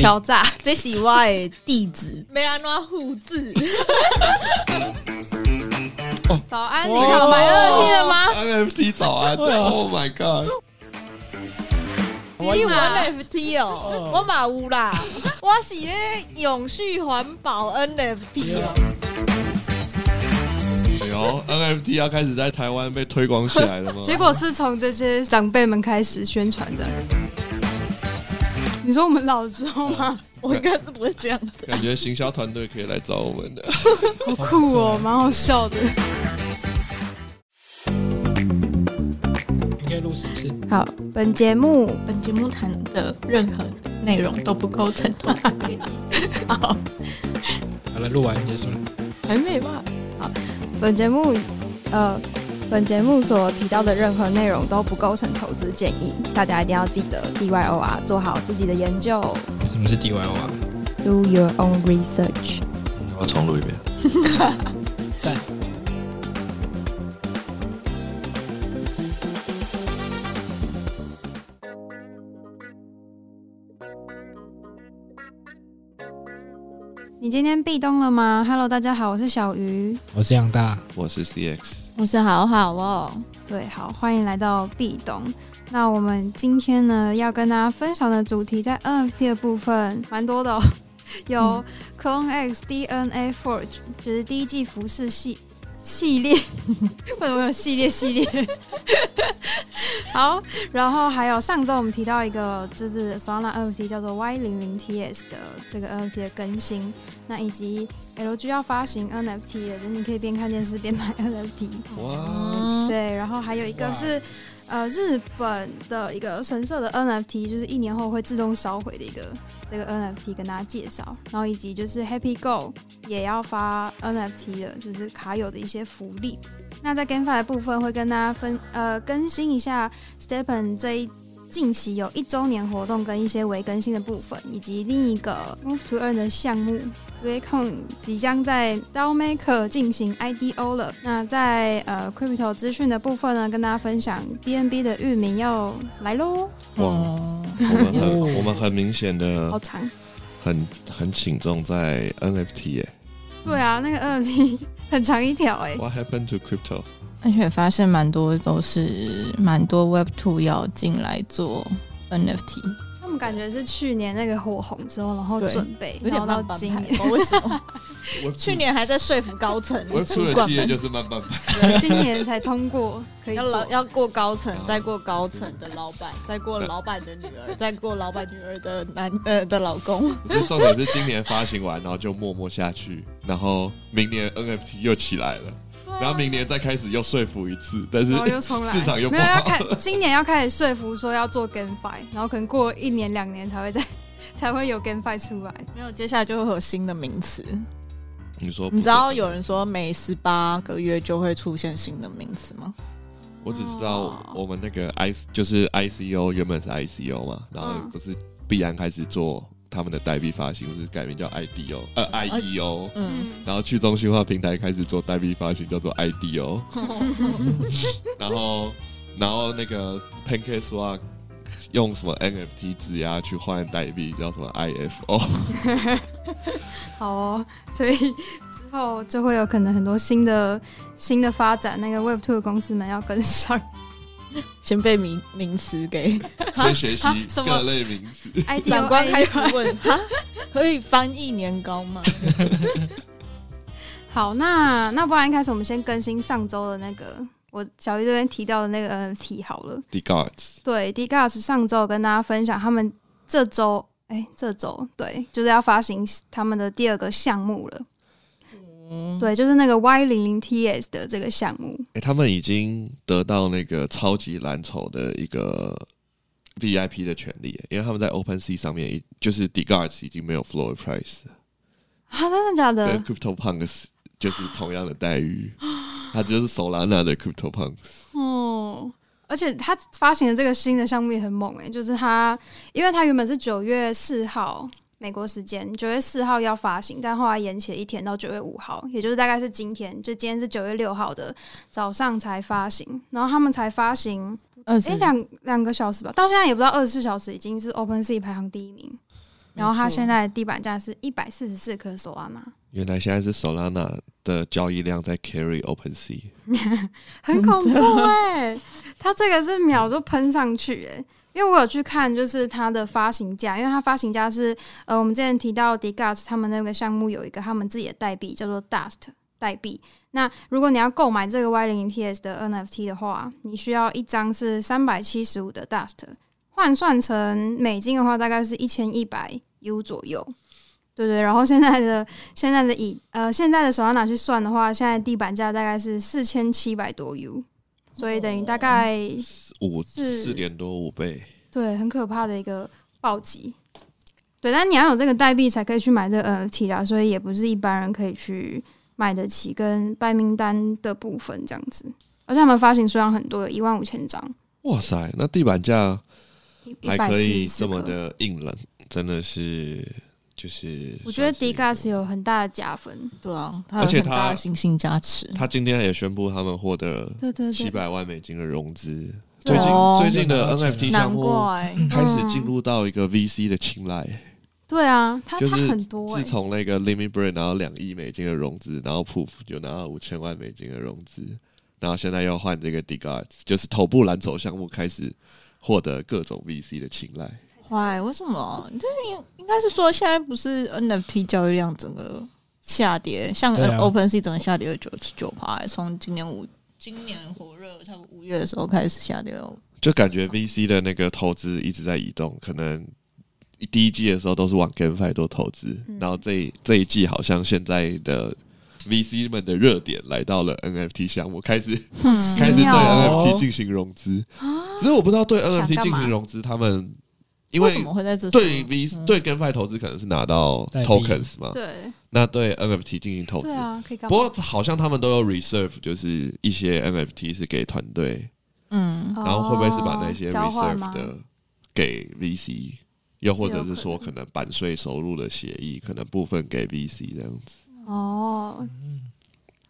敲 诈，这是我的地址，没安怎复 制。早安，你好，买二 T 了吗？ NFT 早安，Oh 啊 my god！你有 NFT 哦，我嘛有啦， 我是咧永续环保 NFT 哦。哎呦，NFT 要开始在台湾被推广起 来了吗？结果是从这些长辈们开始宣传的。你说我们老了之后吗？我应该是不会这样子。感觉行销团队可以来找我们的。好酷哦，蛮好笑的。应该录十次。好，本节目 本节目谈的任何内容都不构 成投资建议。好，好了，录完结束了。还没吧？本节目呃，本节目所提到的任何内容都不构成投资建议，大家一定要记得 DYOR 做好自己的研究什么是 DYO 啊？ ，Do your own research。我要重录一遍。赞。你今天壁咚了吗？Hello，大家好，我是小鱼。我是杨大，我是 CX，我是好好哦。对，好，欢迎来到壁咚。那我们今天呢，要跟大家分享的主题在 NFT 的部分蛮多的哦， 嗯有 Clone X DNA Forge，就是第一季服饰系系列， 为什么有系列系列？ 好，然后还有上周我们提到一个就是 Solana NFT 叫做 Y 零零 TS 的这个 NFT 的更新，那以及 LG 要发行 NFT 的，就是你可以边看电视边买 NFT。哇，嗯，对，然后还有一个是呃日本的一个神社的 NFT，就是一年后会自动烧毁的一个这个 NFT，跟大家介绍。然后以及就是 Happy Go 也要发 NFT 的，就是卡友的一些福利。那在 GameFi 的部分会跟大家分呃更新一下 Stepen 这一。近期有一周年活动跟一些微更新的部分，以及另一个 Move to Earn 的项目，z w e c o n 即将在 DAOmaker 进行 IDO 了。那在呃 Crypto 资讯的部分呢，跟大家分享 BNB 的域名要来喽，哇哦，我们很哦我们很明显的好长。很很倾重在 NFT 耶。对啊，那个 NFT 很长一条哎、 What happened to crypto？而且发现蛮多都是蛮多 Web Two 要进来做 NFT，他们感觉是去年那个火红之后，然后对准备，有然点后慢到半今拍，年，不知道 为什么？ Web 去年还在说服高层 Web 主 Two 的管企们业就是慢慢 办。今年才通过可以要老做。要过高层，嗯再过高层的老 板，再过老板的女儿， 再过老板女儿的男呃的老公，可是重点是今年发行完，然后就默默下去，然后明年 NFT 又起来了，然后明年再开始又说服一次，但是啊然后哦又重来，市场又不没有要好。开，今年要开始说服说要做 GameFi，然后可能过一年两年才会再才会有 GameFi 出来。 没有，接下来就会有新的名词。你说不你知道有人说每十八个月就会出现新的名词吗？我只知道哦我们那个 I 就是 ICO 原本是 ICO 嘛，然后嗯不是必安开始做他们的代币发行，不是改名叫 IDO 呃 IEO，嗯，然后去中心化平台开始做代币发行，叫做 IDO，然后然后那个 PancakeSwap 用什么 NFT 质押去换代币，叫什么 IFO， 好哦，所以之后就会有可能很多新的新的发展，那个 Web Two 的公司们要跟 上。 先被名名词 给先学习啊什么各类名词。 I D 长 O 官开 I 始问哈，可以翻译年糕 吗？ 好，那那不然一开始我们先更新上周的那个我小鱼这边提到的那个 NFT 好了。 The Gods，对 d g a s 啊上周有跟大家分享，他们这周哎、这周对，就是要发行他们的第二个项目了。对，就是那个 Y 零零 TS 的这个项目，哎、他们已经得到那个超级蓝筹的一个 VIP 的权利耶，因为他们在 OpenSea 上面已就是 The Gods 已经没有 floor price，了啊，真的假的跟？CryptoPunks 就是同样的待遇，它就是 Solana 的 CryptoPunks。哦，而且他发行的这个新的项目也很猛哎、就是他，因为他原本是九月四号美国时间，九月四号要发行，但后来延期了一天到九月五号，也就是大概是今天，就今天是九月六号的早上才发行，然后他们才发行，二哎十两两个小时吧，到现在也不知道二十四小时已经是 OpenSea 排行第一名。然后它没错现在的地板价是一百四十四颗 Solana，原来现在是 Solana 的交易量在 carry OpenSea，很恐怖哎、它这个是秒就喷上去哎、因为我有去看，就是它的发行价，因为它发行价是呃，我们之前提到 d e g a s 他们那个项目有一个他们自己的代币叫做 Dust 代币。那如果你要购买这个 Y 零 TS 的 NFT 的话，你需要一张是三百七十五的 Dust，换算成美金的话，大概是一千一百 U 左右。对对，然后现在的 现在的以呃现在的手拿拿去算的话，现在地板价大概是四千七百多 U，所以等于大概、五是四点多五倍，对很可怕的一个暴击。对，但你要有这个代币才可以去买这个 NFT 啦，所以也不是一般人可以去买得起，跟白名单的部分这样子。而且他们发行数量很多，一万五千张，哇塞，那地板价还一百可以四这么。的硬朗，真的是就是。我觉得 d i 迪 g a s 有很大的加分，对啊，它有而且很大它的星星加持，他今天也宣布他们获得对对啊七对，百万美金的融资，对最近哦最近的真的 NFT 项难啊目怪开始进入到一个 VC 的青睐。对啊，它、就是它很多、自欸，从那个 Limit Brain 拿到两亿美金的融资，然后 Poof 就拿到五千万美金的融资，然后现在又换这个 d e g a r d 就是头部蓝筹项目开始获得各种 VC 的青睐。坏，为什么？就是应应该是说，现在不是 NFT 交易量整个下跌，像对啊 OpenSea 整个下跌了九十九趴，从今年五今年火热，差不多五月的时候开始下跌了。就感觉 VC 的那个投资一直在移动，可能第一季的时候都是往 GameFi 多投资，嗯然后这一这一季好像现在的 VC 们的热点来到了 NFT 项目，开始嗯，开始对妙哦 NFT 进行融资。只是我不知道对啊干嘛 NFT 进行融资，他们因为为什么会在这时候？对 V 嗯对 GameFi 投资可能是拿到代币 tokens 嘛，对那对 NFT 进行投资对。啊，可以干不嘛？过好像他们都有 reserve，就是一些 NFT 是给团队，嗯，然后会不会是把那些哦交换 reserve 吗？的给 VC，又或者是有是说可可能版税收入的协议，可能部分给 VC 这样子。哦，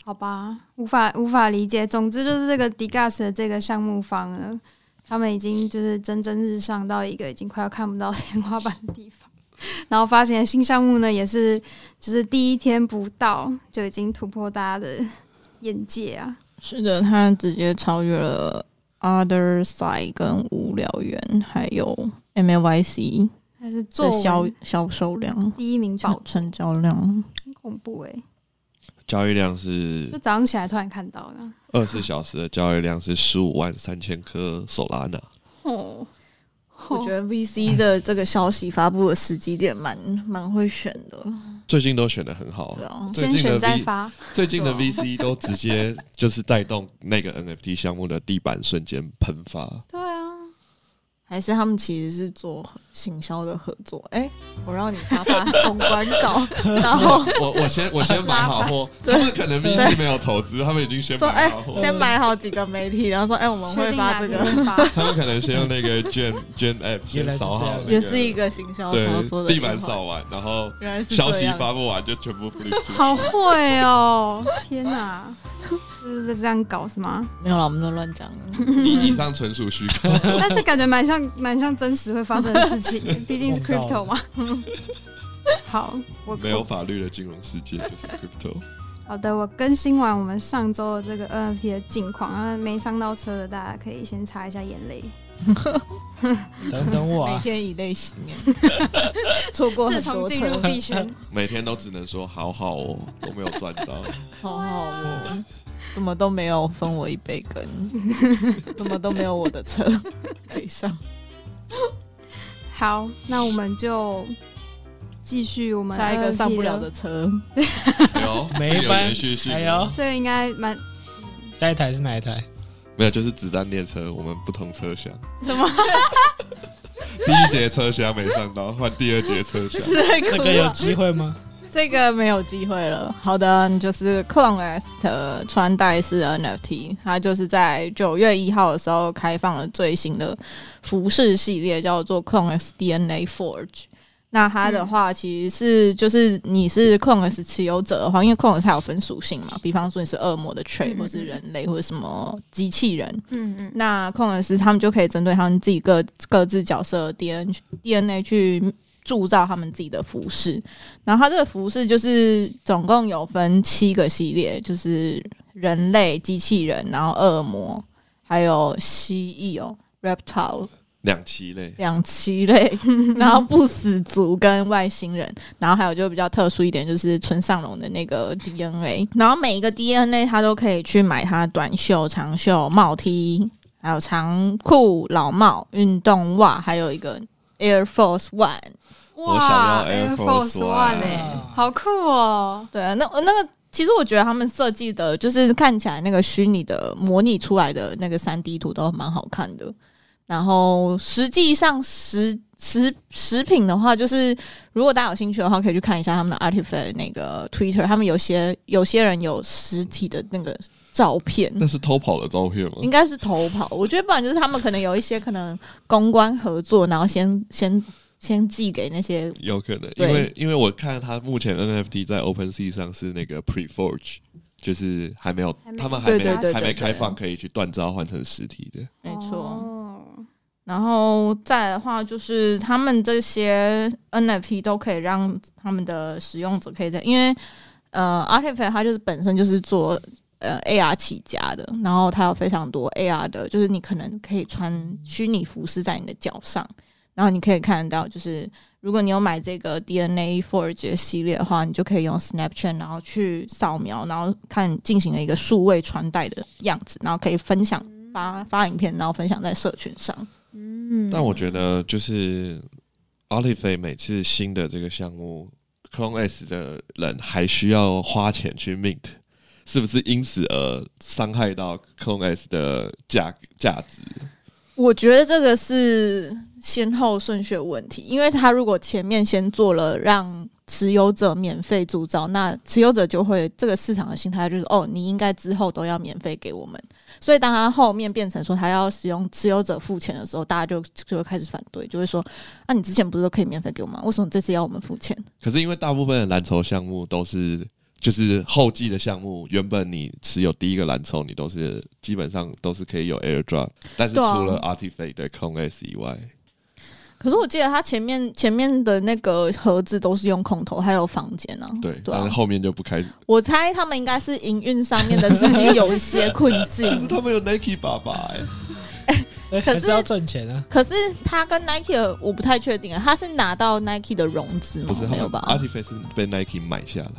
好吧，无法无法理解。总之就是这个 d i g a s 的这个项目方呢，他们已经就是蒸蒸日上到一个已经快要看不到天花板的地方。然后发现新项目呢，也是就是第一天不到就已经突破大家的眼界啊！是的，它直接超越了 Other Side 跟无聊猿，还有 MLYC 还是做的销文销售量、第一名保保成交量。很恐怖哎、交易量是就早上起来突然看到的，二十四小时的交易量是十五万三千颗 Solana，哦，嗯我觉得 VC 的这个消息发布的时机点蛮蛮会选的，最近都选的很好对，啊，最先近的选再 V 发，最近的对啊 VC 都直接就是带动那个 NFT 项目的地板瞬间喷发。对啊，还是他们其实是做行销的合作。哎、我让你发发公关 稿，然后我我先我先买好货，哦对他们可能 VC 没有投资，他们已经先说哎、买好货，先买好几个媒体，然后说哎、我们确会定发哪这天个，会发。他们可能先用那个捐捐 app 原来先是扫这好样，也是一个行销操作的对地板手，扫完，然后原来是消这息样发布完就全部 flip 出去。好会哦！天哪，就是这样搞是吗？没有了，我们都乱讲。以以上纯属虚构，但是感觉蛮像蛮像真实会发生的事 情，毕竟是梦到 crypto 嘛。好，我没有法律的金融世界就是 crypto。好的，我更新完我们上周的这个 NFT 的近况，啊，没上到车的大家可以先擦一下眼泪。等等我每啊，天以泪洗面， 错过自很从多进入车，币 圈， 每天都只能说好好哦，都没有赚 到。好好哦，怎么都没有分我一杯羹，怎么都没有我的 车可以上。好，那我们就继续我们下一个 NFT 上不了的。车，有没班延续，性，哎呦，这个应该蛮下一台是哪一啊台？没有就是子弹列车，我们不同车厢。什 么？第一节车厢没上到，换第二节车厢。这个有机会吗？这个没有机会了。好的，就是 Clonest 的穿戴式 NFT，它就是在九月一号的时候开放了最新的服饰系列，叫做 Clonest DNA Forge。那它的话，其实是就是你是 Clones 持有者的话，因为 Clones 它有分属性嘛，比方说你是恶魔的嗯 trait，嗯或是人类，或者什么机器人。嗯嗯，那 Clones 他们就可以针对他们自己各各自角色的 DNA DNA 去铸造他们自己的服饰。然后它这个服饰就是总共有分七个系列，就是人类、机器人，然后恶魔，还有蜥蜴哦，reptile。 两栖类，两栖类， 然后不死族跟外星人，然后还有就比较特殊一点，就是村上隆的那个 DNA，然后每一个 DNA 它都可以去买它短袖、长袖、帽 T，还有长裤、老帽、运动袜，还有一个 Air Force One。我想要 Air Air Force Force One 对哎，啊好酷哦！对啊，那那个其实我觉得他们设计的，就是看起来那个虚拟的模拟出来的那个三 D 图都蛮好看的。然后实际上实实食品的话，就是如果大家有兴趣的话，可以去看一下他们的 Artifact 那个 Twitter，他们有些有些人有实体的那个照片。那是偷跑的照片吗？应该是投跑，我觉得不然就是他们可能有一些可能公关合作，然后先先先寄给那些有可能，因对为因为我看他目前 NFT 在 OpenSea 上是那个 Preforge，就是还没有还，没他们还没对对对对还没对开放可以去锻造换成实体的。没错。哦然后再来的话，就是他们这些 NFT 都可以让他们的使用者可以在，因为呃 a r t i f a c t 它就是本身就是做呃 AR 起家的，然后它有非常多 AR 的，就是你可能可以穿虚拟服饰在你的脚上，然后你可以看得到，就是如果你有买这个 DNA Forge 系列的话，你就可以用 Snapchat 然后去扫描，然后看进行了一个数位穿戴的样子，然后可以分享发发影片，然后分享在社群上。嗯但我觉得就是 o l i v e 每次新的这个项目，Clone S 的人还需要花钱去 mint，是不是因此而伤害到 Clone S 的价价值？我觉得这个是先后顺序的问题，因为他如果前面先做了让持有者免费铸造，那持有者就会这个市场的心态就是哦，你应该之后都要免费给我们。所以当他后面变成说他要使用持有者付钱的时候，大家就就会开始反对，就会说啊，你之前不是都可以免费给我们吗，为什么这次要我们付钱？可是因为大部分的蓝筹项目都是。就是后继的项目，原本你持有第一个蓝筹，你都是基本上都是可以有 airdrop，但是除对啊了 Artifact 的 Clone S 以外，可是我记得他前面前面的那个盒子都是用空投，还有房间啊，对，对但是啊，后面就不开。我猜他们应该是营运上面的资金有一些困境， 但是他们有 Nike 爸爸哎、可哎还是是要挣钱啊。可是他跟 Nike 的我不太确定啊，他是拿到 Nike 的融资吗？不是他没有们吧？ Artifact 是被 Nike 买下来，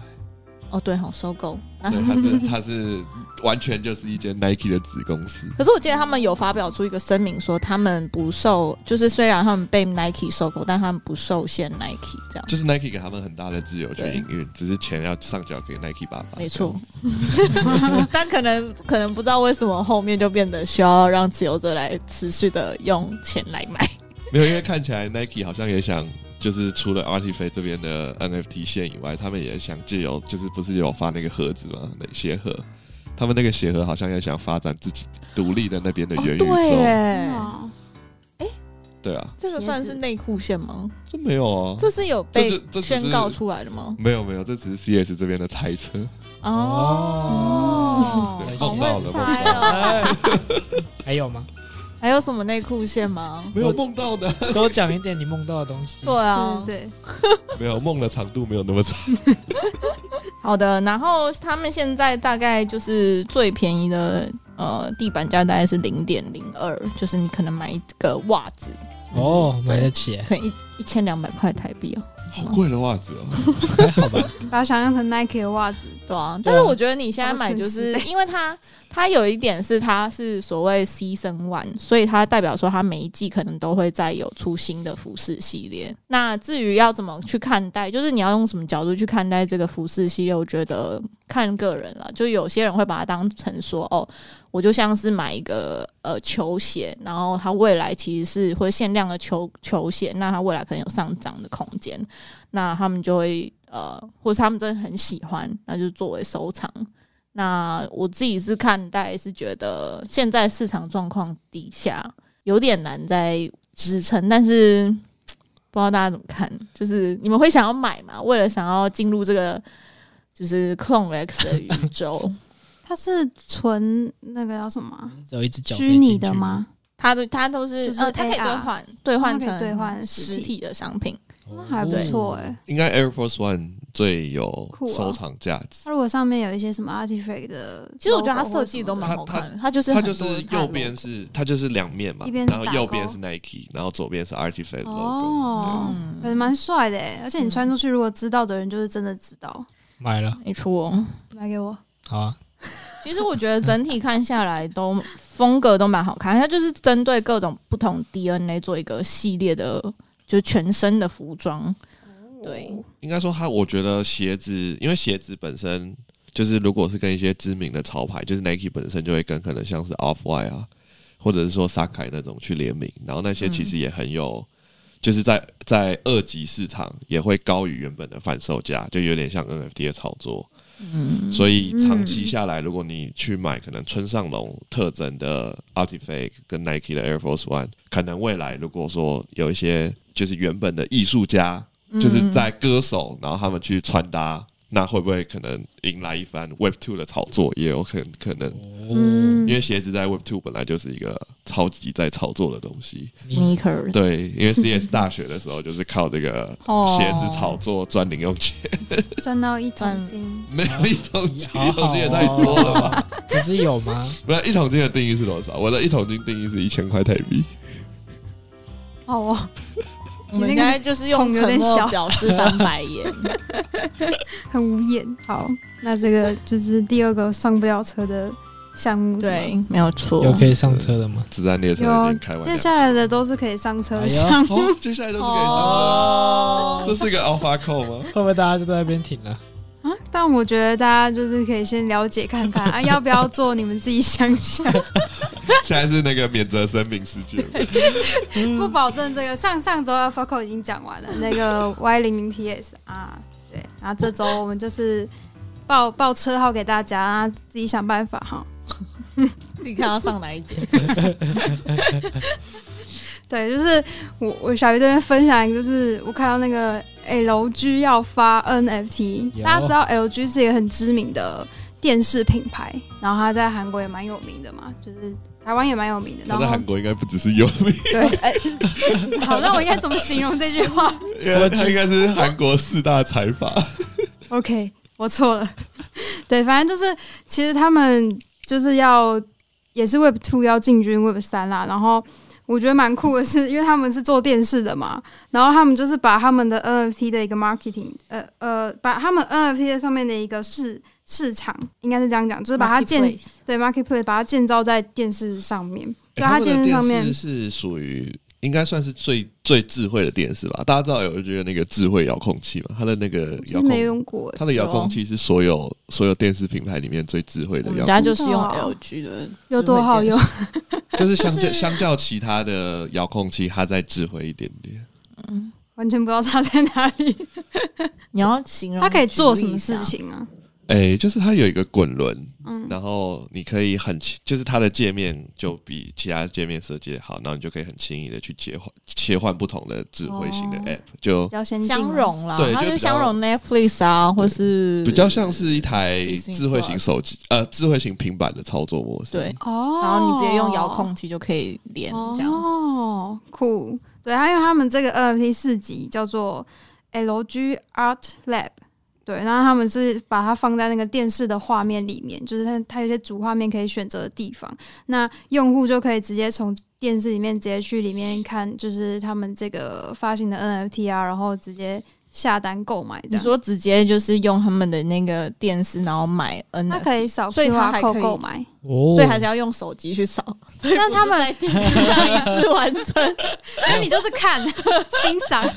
哦，对好收购。啊所以它是它是完全就是一间 Nike 的子 公司。可是我记得他们有发表出一个声明，说他们不受，就是虽然他们被 Nike 收购，但他们不受限 Nike 这样。就是 Nike 给他们很大的自由去对营运，只是钱要上交给 Nike 爸爸。没错， 但可能可能不知道为什么后面就变得需要让自由者来持续的用钱来买。没有，因为看起来 Nike 好像也想，就是除了 Artifact 这边的 NFT 线以外，他们也想借由，就是不是有发那个盒子吗？那鞋盒，他们那个鞋盒好像也想发展自己独立的那边的元宇宙。哦对真耶的，哦对啊，这个算是内裤线吗？这没有啊，这是有这被这这只是宣告出来的吗？没有没有，这只是 CS 这边的猜测。哦哦对，好梦到会了，猜啊梦到了 哦哎还有吗？还有什么内裤线吗？ 没有梦到的。多讲一点你梦到的东西。对啊，对对没有梦的长度没有那么长，好的。然后他们现在大概就是最便宜的，呃，地板价大概是零点零二，就是你可能买一个袜子，哦，对买得起耶，可能一一千两百块台币哦， 好贵的袜子哦。还好吧？对，把它想象成 Nike 的袜子，对啊。对啊但是我觉得你现在买，就好省是事因为它它有一点是它是所谓 season one，所以它代表说它每一季可能都会再有出新的服饰系列。那至于要怎么去看待，就是你要用什么角度去看待这个服饰系列，我觉得看个人了。就有些人会把它当成说，哦，我就像是买一个呃球鞋，然后它未来其实是会限量的球球鞋，那它未来可能有上涨的空间，那他们就会呃，或是他们真的很喜欢，那就作为收藏。那我自己是看待是觉得现在市场状况底下有点难在支撑，但是不知道大家怎么看，就是你们会想要买吗？为了想要进入这个就是 Clone X 的 宇宙，它是纯那个叫什么啊只有一只嗯脚可以虚拟进的去？吗？它都它都是、就是呃，它可以兑 AR 换兑它换可以成兑换实实体体的商品。哦那还不错哎、应该 Air Force One 最有酷哦收藏价值。它如果上面有一些什么 artifact 的，其实我觉得它设计都蛮好看的，它就是它很就多是它的右边是它就是两面嘛一边，是然后打右勾边是 Nike，然后左边是 Artifact logo。哦 logo，，嗯感觉蛮帅的哎、而且你穿出去，如果知道的人就是真的知道，买了，没错。买给我。好啊，其实我觉得整体看下来都风格都蛮好看，它就是针对各种不同 DNA 做一个系列的，就是全身的服装。哦对，应该说它，我觉得鞋子，因为鞋子本身就是如果是跟一些知名的潮牌，就是 Nike 本身就会跟可能像是 Off White 啊，或者是说 Sakai 那种去联名，然后那些其实也很有。就是在在二级市场也会高于原本的贩售价，就有点像 NFT 的炒作。嗯，所以长期下来，如果你去买可能村上龙特征的 Artifact 跟 Nike 的 Air Force One，可能未来如果说有一些就是原本的艺术家，嗯就是在歌手，然后他们去穿搭，那会不会可能迎来一番 Web Two 的炒作？也有可能可能，嗯因为鞋子在 Web Two 本来就是一个超级在炒作的东 西。 sneakers，对，因为 CS 大学的时候就是靠这个哦鞋子炒作赚零用钱，赚到一桶赚金，没有一桶金，好一好桶哦金也太多了吧？不是有 吗？不是一桶金的定义是多少？我的一桶金定义是一千块台币。好哦，我们现在就是用你那个孔有点沉默小表示翻白眼。 很无眼。好，那这个就是第二个上不了车的项目。是吗，对，没有错有。可以上车的吗？子弹列车有已啊经开完接了，下来的都是可以上车的哎呦项目。哦，接下来都是可以上哦的。这是个哦 alpha call 吗？会不会大家就在那边停了？啊，但我觉得大家就是可以先了解看 看啊，要不要做你们自己想想，现在是那个免责声明事件。不保证这个。上上周 AlphaCo 已经讲完了，那个 Y 零零 TS 啊，对，然后这周我们就是报报车号给大家，啊，自己想办法哈。自己看要上哪一 节。对，就是我我小鱼这边分享一个，就是我看到那个 LG 要发 NFT，有大家知道 LG 是一个很知名的电视品牌，然后它在韩国也蛮有名的嘛，就是台湾也蛮有名的，他 然在后韩国应该不只是有 名，对，哎、好，那我应该怎么形容这句话因为 他应该是韩国四大 财阀。 ？OK，我错 了。对，反正就是，其实他们就是要也是 Web Two 要进军 Web 三啦。然后我觉得蛮酷的是，因为他们是做电视的嘛，然后他们就是把他们的 NFT 的一个 marketing，呃呃，把他们 NFT 的上面的一个市市场，应该是这样讲，就是把它建 Marketplace 对 marketplace 把它建造在电视上面，就它他们的电视上面电视是属于应该算是最最智慧的电视吧？大家知道有觉得那个智慧遥控器嘛？它的那个其遥实没控，用过、它的遥控器是所有所有电视品牌里面最智慧的我们遥控器。家就是用真的哦 LG 的，有多好用？ 就是相较就是相较其他的遥控器，它再智慧一点点。完全不知道它在哪里。 你要形容它可以做举什例一么下事？情啊？哎、就是它有一个滚轮，嗯，然后你可以很轻，就是它的界面就比其他界面设计得好，然后你就可以很轻易的去切换切换不同的智慧型的哦 app，、就比较先进啊吗相融啦对，它就就比较相融 Netflix 啊，或是比较像是一台 Disney 智慧型手机呃智慧型平板的操作模式。对，哦，然后你直接用遥控器就可以连这样。哦，酷。对，还有他们这个 NFT 四级叫做 LG Art Lab，对，然后他们是把它放在那个电视的画面里面，就是它它有些主画面可以选择的地方，那用户就可以直接从电视里面直接去里面看，就是他们这个发行的 NFT 啊，然后直接下单购买这你样。说直接就是用他们的那个电视，然后买 N，它可以扫所以它 QR 还可以 code 购买，哦，所以还是要用手机去扫，那他们是完成。那你就是看欣赏，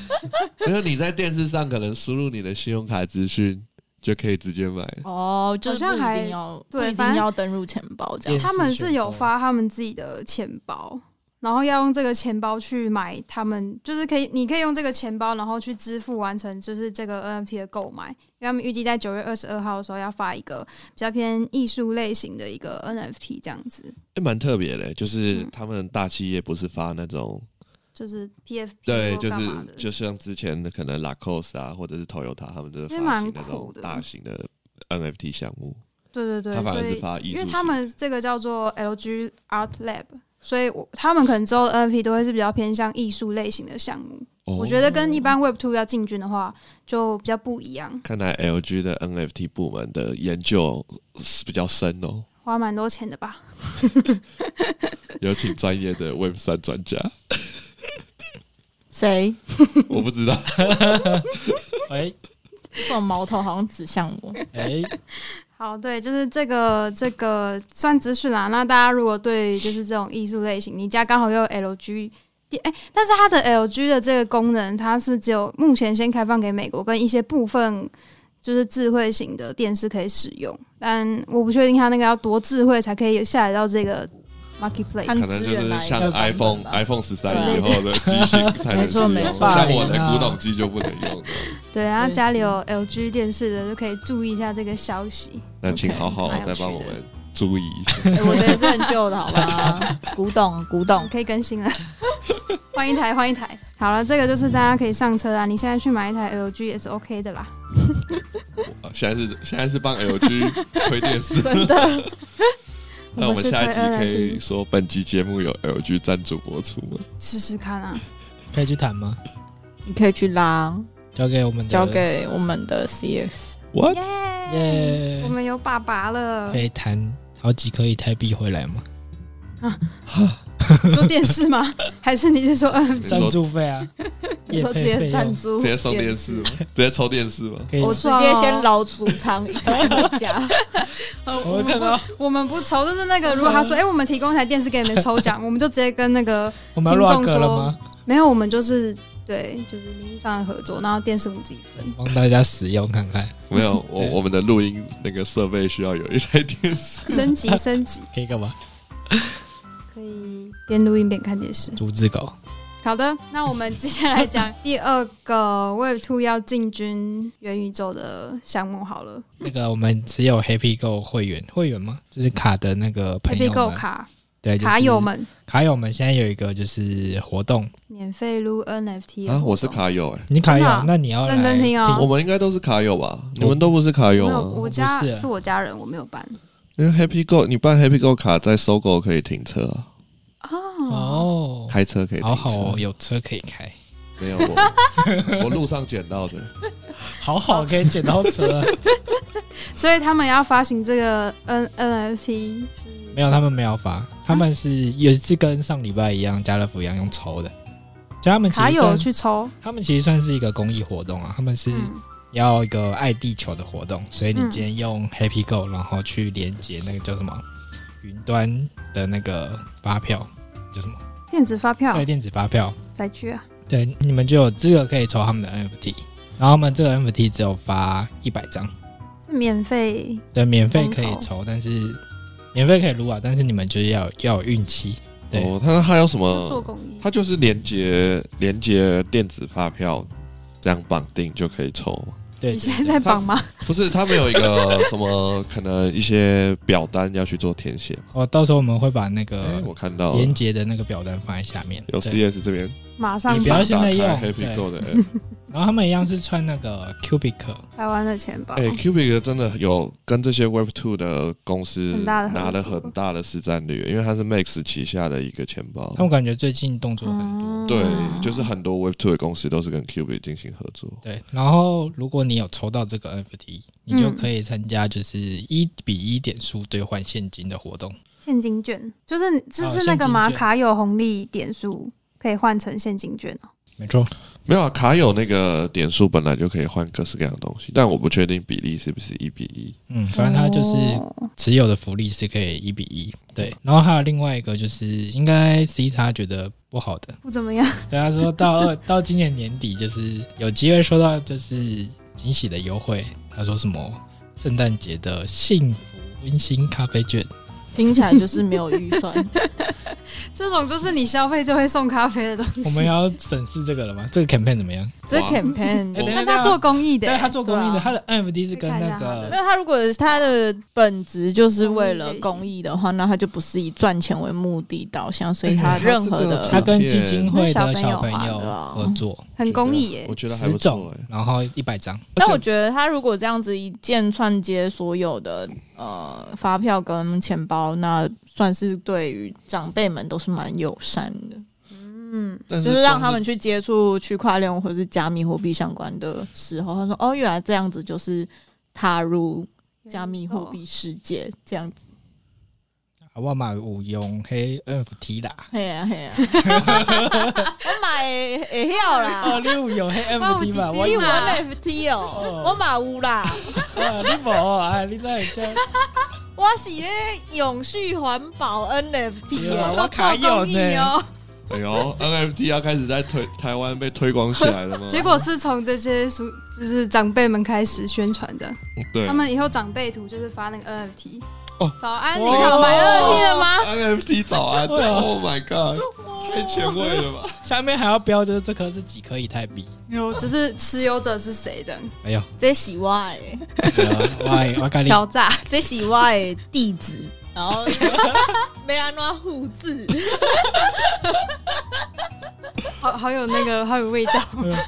因为你在电视上可能输入你的信用卡资讯，就可以直接买。 哦，就是好像不一还定要，对不一反定正要登入钱包这样。他们是有发他们自己的钱包，然后要用这个钱包去买他们，就是可以，你可以用这个钱包，然后去支付完成就是这个 NFT 的购买，因为他们预计在九月二十二号的时候要发一个比较偏艺术类型的一个哎 NFT 这样子。欸蛮特别的，就是嗯他们大企业不是发那种就是 PFP 对，或就干是嘛的就像之前的可能 Lacoste 啊，或者是 Toyota 他们就是其发实蛮行那酷种的大型的 NFT 项目，对对对，他反而所是以发艺术因为型，他们这个叫做 LG Art Lab，所以我他们可能之后的 NFT 都会是比较偏向艺术类型的项目。哦我觉得跟一般 Web Two 要进军的话，就比较不一样，看来 LG 的 NFT 部门的研究是比较深哦，花蛮多钱的吧？有请专业的 Web 三专家，谁？我 不知道，哎这种矛头好像指向 我。哎，好，对，就是这个这个算资讯啦。那大家如果对于就是这种艺术类型，你家刚好又有 LG 电，哎、但是它的 LG 的这个功能，它是只有目前先开放给美国跟一些部分就是智慧型的电视可以使用，但我不确定它那个要多智慧才可以下载到这个 marketplace。可能就是按像资源来一个版本 iPhone 吧 iPhone 十之三类以后的机型 才能没使错用，哦没错像我霸凌的啊古董机就不能用的。对，然后对家里是有 LG 电视的就可以注意一下这个消息。那请 OK，好好蛮有再帮趣我哎的们注意一下。欸我的也是很旧的，好 吧？古董，古董。哦可以更新了， 换一台，换一台。好了，这个就是大家可以上车啊啦。你现在去买一台 LG 也是 OK 的啦。呃现在是现在是帮 LG 推电视，真的，那我们是下一集推可以 NFT 说本集节目有 LG 赞助播出吗？试试看啊。可以去谈吗？你可以去拉，交给我们的，交给我们的 CS。 What？耶！耶我，们有爸爸了可，以谈好几颗以太币回来吗？做电视吗？ 还是你是说嗯？你赞说直助费啊，你说直业接配费用赞助，接送电视吗？直接抽电视吗？可以我吗，直接先老储藏一个家，呃我我看们哦到不，我们不愁，就是那个，如果他说，哎，我们提供一台电视给你们抽 奖，我们就直接跟那个我们要听众 rock 了说吗？没有，我们就是对，就是名义上的合作，然后电视我们自己分。帮大家使用看看，没有， 我对我们的录音那个设备需要有一台电视。升 级升级，可以干嘛？可以边录音边看电视。竹子狗，好的，那我们接下来讲第二个 Web Two 要进军元宇宙的项目好了那个我们只有 Happy Go 会员，会员吗？就是卡的那个朋友，Happy 们 Go 卡对，就是卡友们卡友们现在有一个就是活动，免费撸 NFT 啊，我是活动，卡友哎，你卡真的啊友，那你要来认真听我哦。们应该都是卡友吧？你们都不是卡没友啊有，吗？我家不是是我家人，我没有办因为 Happy Go，你办 Happy Go 卡在搜狗可以停车啊，哦。哦，开车可以停好车。好哦，有车可以开，没有我， 我路上捡到的。好好可以捡到车，所以他们要发行这个 N NFT 是没有他们没有发，他们是也是跟上礼拜一样，家乐福一样用抽的，就他们其卡实友算去抽，他们其实算是一个公益活动啊，他们是嗯，要一个爱地球的活动，所以你嗯今天用 Happy Go，然后去连接那个叫什么云端的那个发票，叫什么？电子发票对，电子发票，载具啊，对，你们就有资格可以抽他们的 NFT，然后他们这个 NFT 只有发一百张，是免费对，免费可以公抽，但是免费可以撸啊，但是你们就是要要有运气，对，哦，他他有什做么？公益。他就是连接连接电子发票，这样绑定就可以抽吗。对，你对现在在绑吗？不是，他们有一 个什么，可能一些表单要去做填写。哦，到时候我们会把那呃个，我看到连了接的那个表单放在下面，有对 CS 这边，马上你不绑要现在用打开对 Happy Go 的 app。然后他们一样是穿那个 Cubic，台湾的钱包哎。，Cubic 真的有跟这些 Web Two 的公司很大的合作拿了很大的市占率，因为它是 Max 旗下的一个钱包他。们哦感觉最近动作很多。嗯对，就是很多 Web Two 的公司都是跟 Cubic 进行合作。对，然后如果你有抽到这个 NFT，你就可以参加就是一比一点数兑换现金的活动。现金券，就是就哦是那个嘛，现金券卡有红利点数可以换成现金券哦。没错，没有啊，卡有那个点数本来就可以换各式各样的东西，但我不确定比例是不是一比一。嗯，反正它就是哦持有的福利是可以一比一。对，然后还有另外一个就是应该 C 叉觉得不好的，不怎么样，对啊他说到二到今年年底就是有机会收到就是惊喜的优惠。他说什么圣诞节的幸福温馨咖啡券，听起来就是没有预算。 这种就是你消费就会送咖啡的东西。我们要审视这个了吗？这个 campaign 怎么样？ 这哇 campaign 哎等一下 那他做公益的但欸，他做公益对的，啊他的 NFT 是跟那没个有，他如果他的本质就是为了公益的话，那他就不是以赚钱为目的导向，所以他任何的他跟基金会的小朋那小友朋友啊合作，很公益耶我。觉得还十不错种哎、，然后一百张，但我觉得他如果这样子一键串接所有的呃发票跟钱包，那算是对于长辈们都是蛮友善的，嗯，但就是让他光们去接触区块链或者是加密货币相关的时候，他说：“哦，原来这样子就是踏入加密货币世界这样子。我买五用黑 NFT 啦”，嘿呀嘿呀，啊 我买也要啦，哦，你有用黑我有 NFT 嘛？一我你有有啊， NFT 哦哦，我嘛有啦，你无啊？你在这我是咧永续环保 NFT 对啊哦。我都卡做有公益呢 哦。哎呦，NFT 要开始在推台湾被推广起来了吗？结果是从这些叔，就是长辈们开始宣传的。对他们以后长辈图就是发那个 NFT。哦早安，你哇好，买 NFT 了吗？哦 NFT 早安对啊，Oh my god，太前卫了吧！下面还要标，就是这颗是几颗以太币？有，就是持有者是谁这样？哎呦，这是我诶，哎我我跟你敲诈，这是我诶地址，然后 没安怎复制， 好好有那个，好有味道。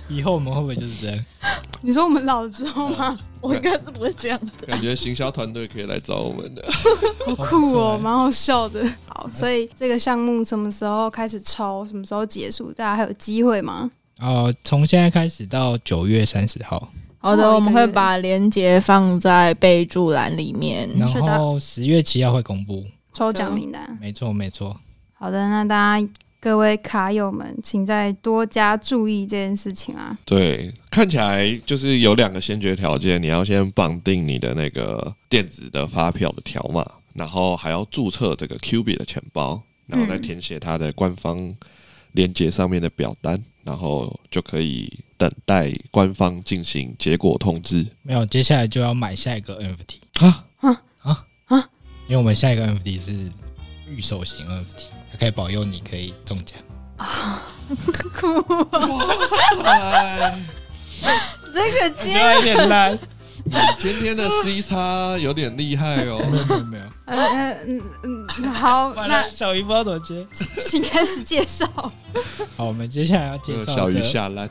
以后我们会不会就是这样？你说我们老了之后吗？我应该是不会这样子。感觉行销团队可以来找我们的。好不酷错哦欸，蛮好笑的。 好，所以这个项目什么时候开始抽，什么时候结束，大家还有机会吗？哦，从现在开始到九月三十号，好的，我们会把链接放在备注栏里面。然嗯是的后十月七号会公布。抽奖名单。没错，没错。好的，那大家各位卡友们，请再多加注意这件事情啊。对，看起来就是有两个先决条件，你要先绑定你的那个电子的发票的条码，然后还要注册这个 Q B 的钱包，然后再填写它的官方链接上面的表单，然后就可以等待官方进行结果通知。 没有，接下来就要买下一个 NFT 啊啊啊啊！因为我们下一个 NFT 是预售型 NFT，它可以保佑你可以中 奖。 这个有点烂，你今天的啊 C 叉有点厉害哦。没有没有没有。呃呃嗯嗯嗯，好，完那了，小鱼不知道怎么接。请开始介绍。好，我们接下来要介这个绍呃小鱼的 下烂，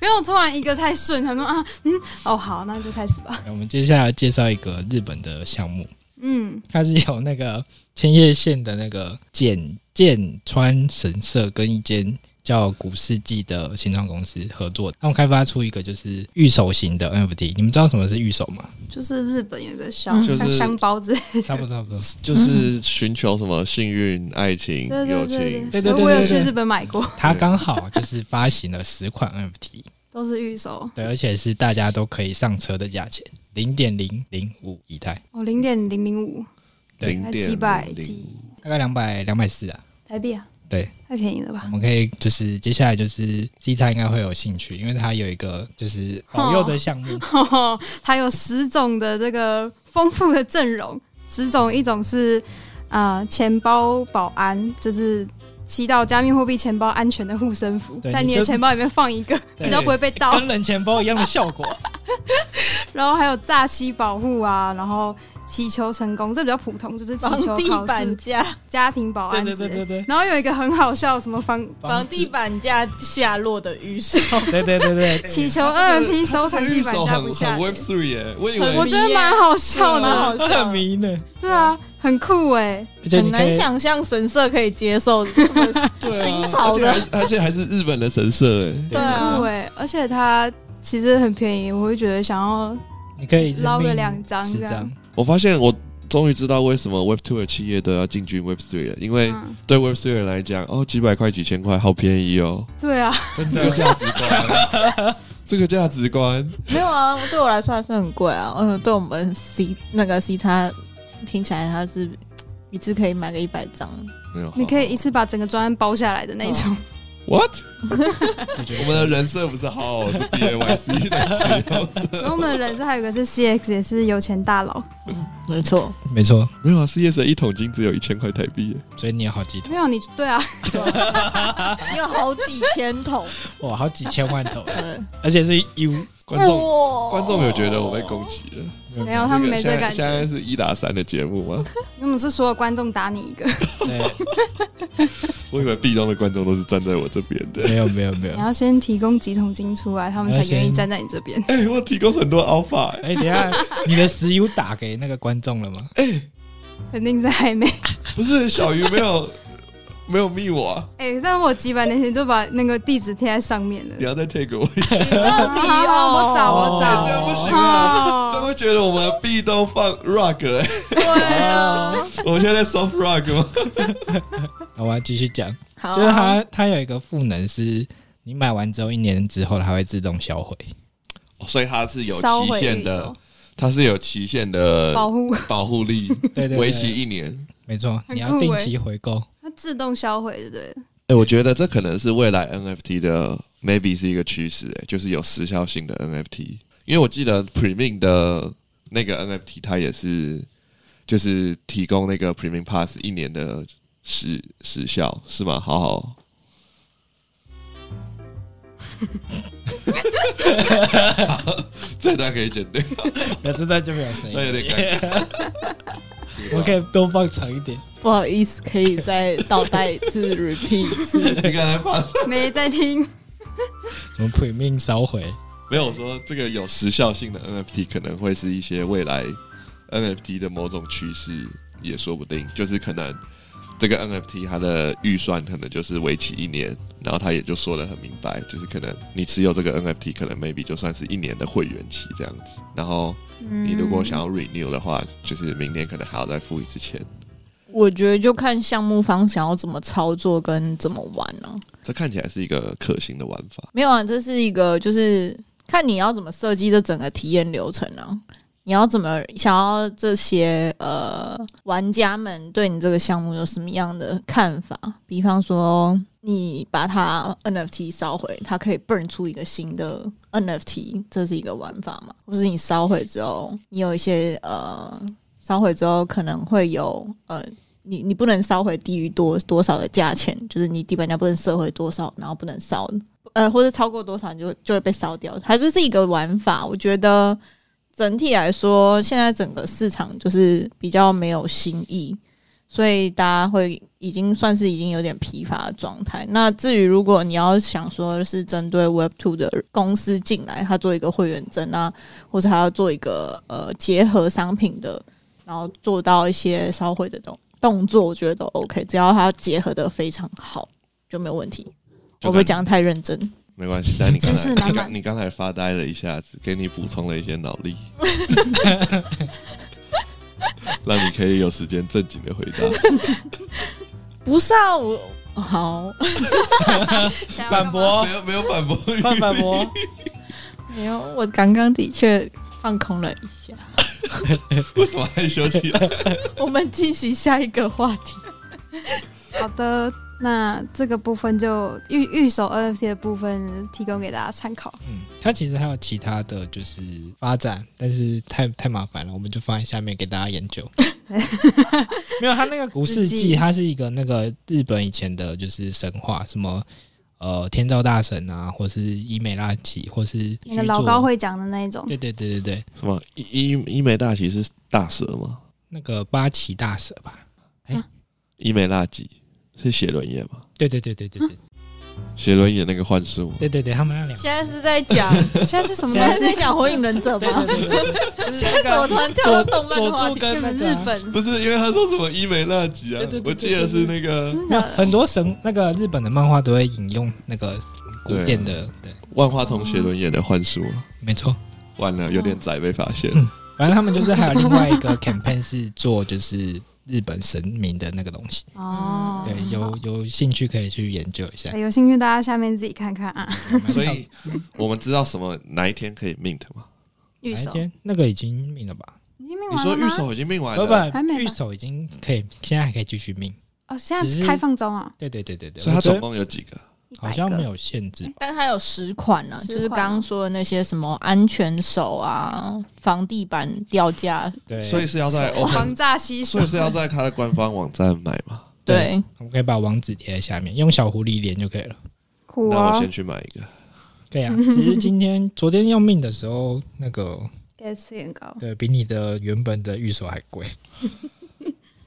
没有，突然一个太顺，他说啊，嗯，哦，好，那就开始吧。我们接下来介绍一个日本的项目，嗯，它是有那个千叶县的那个简剑川神社跟一间叫古世纪的新创公司合作，他们开发出一个就是预售型的 NFT。你们知道什么是预售吗？就是日本有一个小、嗯就是像香包子，差不多，差不多。就是寻求什么幸运、爱情、对对友情对。对对对对，我有去对对日本买过，它刚好就是发行了十款 NFT，都是预售，对，而且是大家都可以上车的价钱，零点零零五以太，哦，零点零零五对零还点几百零几大概两百两百四啊。台币啊，对，太便宜了我吧？ 们可以就是接下来就是 C 叉应该会有兴趣，因为它有一个就是保佑的项目，它有十种的这个丰富的阵容，十种，一种是啊、呃钱包保安，就是。祈祷加密货币钱包安全的护身符，对在你你的就钱包里面放一个，对哎比较不会被盗。跟冷钱包一样的效果。然后还有诈欺保护啊，然后祈求成功，这比较普通，就是祈求房地考板试、 价，家庭保对安之类对的。对对对，哎然后有一个很好笑，什么房房地板价下落的预售，对对对对，祈求 NFT 收这藏个地预板售加不很下很的， Web Three 耶，欸我以很为我觉得蛮好笑哦很的。好笑很迷呢，对啊，很酷哎、而且很你可难以想象神社可以接受这么对啊，新潮的而且还而且还是日本的神社哎，对啊酷哎、而且它其实很便宜，我会觉得想要你可以一次捞个命两张十这样张，我发现我终于知道为什么 Web Two 的企业都要进军 Web Three 了，因为嗯，对 Web Three 来讲，哦，几百块、几千块，好便宜哦，对啊，真这个价值观，这个价值观， 没有啊，对我来说还是很贵啊。嗯，对我们 C 那个 C 叉听起来它是一次可以买个一百张，没有，你可以一次次 把整个专案包下来的那种。 What？我觉我得们的人设不是好，我是 BAYC 的使用者。然后我们的人设还有一个是 CX，也是有钱大佬。没错，没错，没有啊，事业神一桶金只有一千块台币耶，所以你有好几桶，没有你，对啊，你有好几千 桶，哇，好几千万桶，对，而且是 U 观哎众哇观众有觉得我被攻击了？没有哦他们没这这个感现在现觉在。是一打三的节目吗？ 我们是所有观众打你一个，啊对，我以为壁咚的观众都是站在我这边的。 没有没有没有你，要先提供几桶金出来，他们才你要先愿意站在你这边。哎、我提供很多 alpha，、欸、哎，等一下你的石油打给那个观众了 吗？肯定是还没。 不是小鱼没有 没有密我、啊，哎、但我几百年前就把那个地址贴在上面了 你。要再 take 我一下，到 底啊 哦，我找我哎这找。样不行啊，这样哦，会觉得我们壁咚放 rock，、欸、对啊， 我们现在在 soft rock 吗？那我要继续讲，好哦啊就是它它有一个赋能是，你买完之后一年之后它会自动销毁，哦所以它是有烧期毁限预的售，它是有期限的保护，保护力，对对对为期一年。没错，很你要酷定欸期回 购，它自动销毁，对不对了？哎、我觉得这可能是未来 NFT 的 maybe 是一个趋势，哎，就是有时效性的 NFT。因为我记得 Premium 的那个 NFT，它也是就是提供那个 Premium Pass 一年的时时效，是吗？好好。 好这段可以剪掉，那这段就没有声那有点音，尴尬。 我可以多放长一点。不好意思，可以再倒带一 次 repeat 一次。你刚才发没在 听。什么 Premium 烧毁？没有我说这个有时效性的 NFT 可能会是一些未来 NFT 的某种趋势，也说不定。就是可能这个 NFT 它的预算可能就是为期一年，然后他也就说的很明白，就是可能你持有这个 NFT 可能 maybe 就算是一年的会员期这样子。然后你如果想要 renew 的话，就是明年可能还要再付一次钱。我觉得就看项目方想要怎么操作跟怎么玩啊了、这看起来是一个可行的玩法。没有啊，这是一个就是看你要怎么设计这整个体验流程啊。你要怎么想要这些呃玩家们对你这个项目有什么样的看法？比方说，你把它 NFT 烧毁，它可以 burn 出一个新的 NFT，这是一个玩法嘛？或是你烧毁之后，你有一些呃烧毁之后可能会有呃你你不能烧毁低于多多少的价钱，就是你地板价不能设回多少，然后不能烧，呃，或者超过多少你就就会被烧掉。它就是一个玩法，我觉得整体来说，现在整个市场就是比较没有新意，所以大家会已经算是已经有点疲乏的状态。那至于如果你要想说是针对 Web Two 的公司进来，它做一个会员证啊，或者还要做一个呃结合商品的，然后做到一些烧毁的动动作，我觉得都 OK，只要它结合的非常好就没有问题。就我不会感讲得太认真。没关系，但你刚知识才满你满刚你刚才发呆了一下子，给你补充了一些脑力，让你可以有时间正经的回答。不是啊，我好反驳没，有没有反驳，反反驳，没有，我刚刚的确放空了一下。为什么害羞起来？我们进行下一个话题。好的，那这个部分就预预手 NFT 的部分提供给大家参考。嗯，它其实还有其他的就是发展，但是太太麻烦了，我们就放在下面给大家研究。没有，它 那个古世世纪，纪它是一个那个日本以前的，就是神话，什么呃天照大神啊，或是伊美拉奇，或是那个须老佐高，会讲的那一种，对对对对对，什么伊伊伊美大喜是大蛇吗？那个八岐大蛇吧，伊美大吉是写轮眼吗？对对对对对对写轮眼那个幻术，对对对，他们那两个，现在是在讲，现在是什么现在东是在 西？讲《火影忍者》对吗对？对对对，就是为什么那突个然跳到动佐漫的佐话助题？跟那日个啊本不是因为他说什么伊美大吉啊对对对？对我记得是那个真那的假的很多神那个日本的漫画都会引用那个古典的，对，万花筒写轮眼的幻术啊。没错。完了，有点窄被发现。嗯反正他们就是还有另外一个 campaign 是做就是日本神明的那个东西，哦，对，有有兴趣可以去研究一下哎。有兴趣大家下面自己看看啊。所以我们知道什么哪一天可以 mint 吗？预哪一手天那个已经命了吧？已经命你完说了吗预？手已经命完不了，还没吧不，御手已经可以，现在还可以继续命。哦，现在只是是开放中啊，对对对对对，所以它我觉得总共有几个？好像没有限哎制吧。但它有十款呢、啊，十就是款啊刚刚说的那些什么安全手啊、防地板掉价，对，所以是要在 Open，防诈欺所以是要在它的官方网站买嘛？对，我们可以把网址贴在下面，用小狐狸连就可以了。苦那我哦先去买一个。对啊，只是今天昨天要命的时候，那个，gas 费很高。对比你的原本的预售还贵。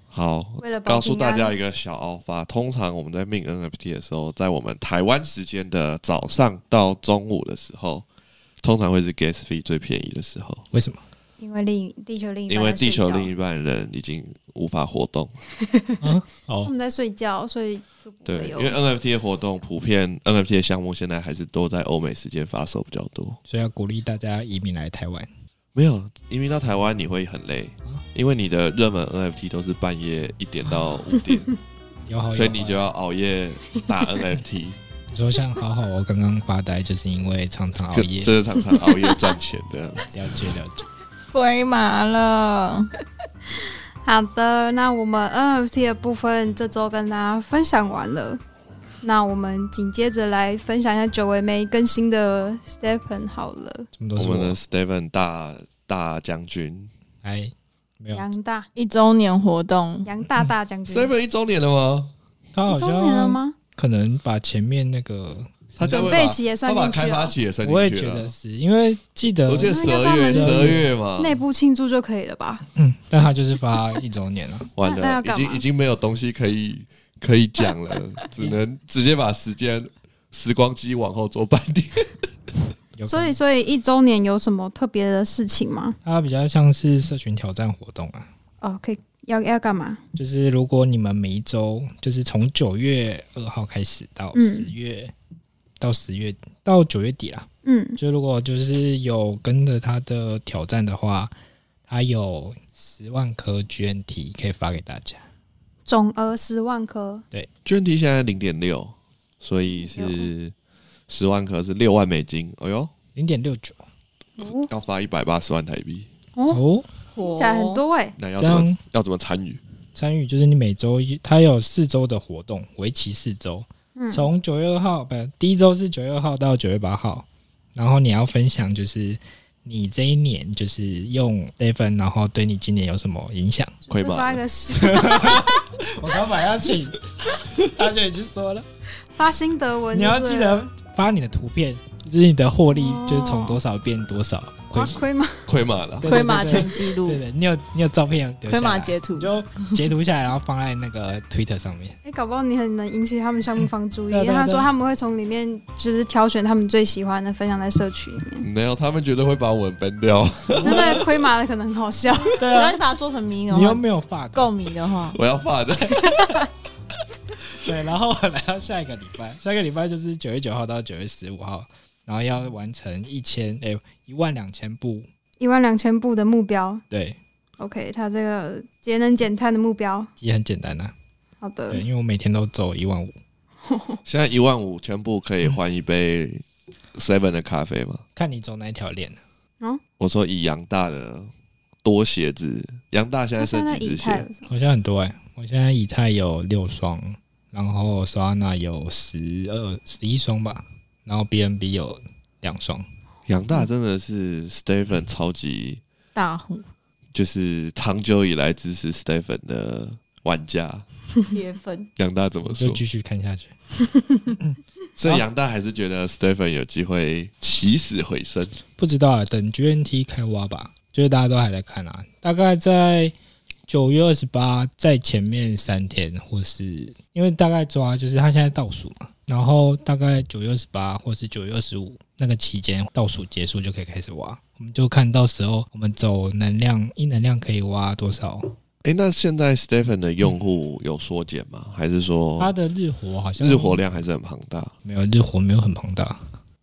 好，为了保告诉平安大家一个小奥法，通常我们在命 NFT 的时候，在我们台湾时间的早上到中午的时候，通常会是 gas fee 最便宜的时候，为什么？因为另地球另一半因为在睡地球觉另一半人已经无法活动了。他哦，们在睡觉，所以就不对，会因有为 NFT 的活动普遍，NFT 的项目现在还是都在欧美时间发售比较多。所以要鼓励大家移民来台湾。没有移民到台湾你会很累，因为你的热门 NFT 都是半夜一点到五点，有 好有坏，所以你就要熬夜打 NFT，你说像好好，我刚刚发呆，就是因为常常熬就 夜。就是常常熬夜赚钱这 样。了解了解。龟麻了。好的，那我们 NFT 的部分这周跟大家分享完了，那我们紧接着来分享一下久违没更新的 Stephen 好了，这么多我是们的 Steven 大大将军哎，没有，杨大一周年活动，杨大大将军， ，Steven 一周年了吗？他啊好一周年了像吗？可能把前面那个，他该准不会备把期也算他把进去开发了，期也算我也进去觉了得。是因为记得啊我记得那十应该是他二月，们十二月嘛，内部庆祝就可以了吧？嗯，但他就是发一 周年啊了，完那了要，已干嘛经已经没有东西可以可以讲了，只能直接把时间时光机往后做半年。有可所能以，所以一周年有什么特别的事情吗？它比较像是社群挑战活动啊。哦，可以要要干嘛？就是如果你们每一周，就是从九月二号开始到嗯十月，到十月到九月底啦，嗯，就如果就是有跟着他的挑战的话，他有十万颗 GNT 可以发给大家。总额十万颗，卷题现在零点六，所以哦是十万颗是六万美金，哎呦，零点六九哦，要发一百八十万台币，哦哦，听起来很，多哎、那要这怎么样要怎么参与？参与就是你每周一，它有四周的活动，为期四周，嗯，从九月二号，不，第一周是九月二号到九月八号，然后你要分享就是你这一年就是用 d e v o n 然后对你今年有什么影响？亏就发吧一？个十我刚买要请，大姐已经说了，发心得文，你要记得发你的图片，就是你的获利就是从多少变多少，亏啊亏吗？亏满了，对龟马对对全记录对，对，你有你有照片留龟下马来，截图你，就截图下来，然后放在那个 Twitter 上面。哎、搞不好你很能引起他们项目方注意，对对因为他对说他们会从里面就是挑选他们最喜欢的，分享在社区里面。没有，他们绝对会把我们崩掉。那那个亏麻的可能很好笑，对然后啊你，把它做成迷的你又话，没有发够迷的话，我要发 的，对，然后 来到下一个礼拜，下一个礼拜就是九月九号到九月十五号，然后要完成一千哎一万两千步，一万两千步的目标对， ，OK，他这个节能减碳的目标，也很简单呐、好的对，，因为我每天都走一万五，现在一万五全部可以换一杯 Seven 的咖啡吗？看你走哪一条链。我说以杨大的多鞋子，杨大现他在现剩在几只以太鞋？有什么好像很多哎、我现在以太有六双，然后 Solana 有十二十一双吧，然后 BNB 有两双，杨大真的是嗯 Stephen 超级，大户就是长久以来支持 Stephen 的玩家。 铁粉，杨大怎么说就？继续看下去。啊所以杨大还是觉得 Stephen 有机会起死回生。不知道啊，等 GNT 开挖吧，就是大家都还在看啊，大概在九月二十八在前面三天，或是因为大概抓就是他现在倒数嘛，然后大概九月二十八或是九月二十五那个期间倒数结束就可以开始挖，我们就看到时候我们走能量一能量可以挖多少，诶，那现在 Stephen 的用户有缩减吗？还是它说的日活好像哦日活量还是很庞大？没有日活没有很庞大，好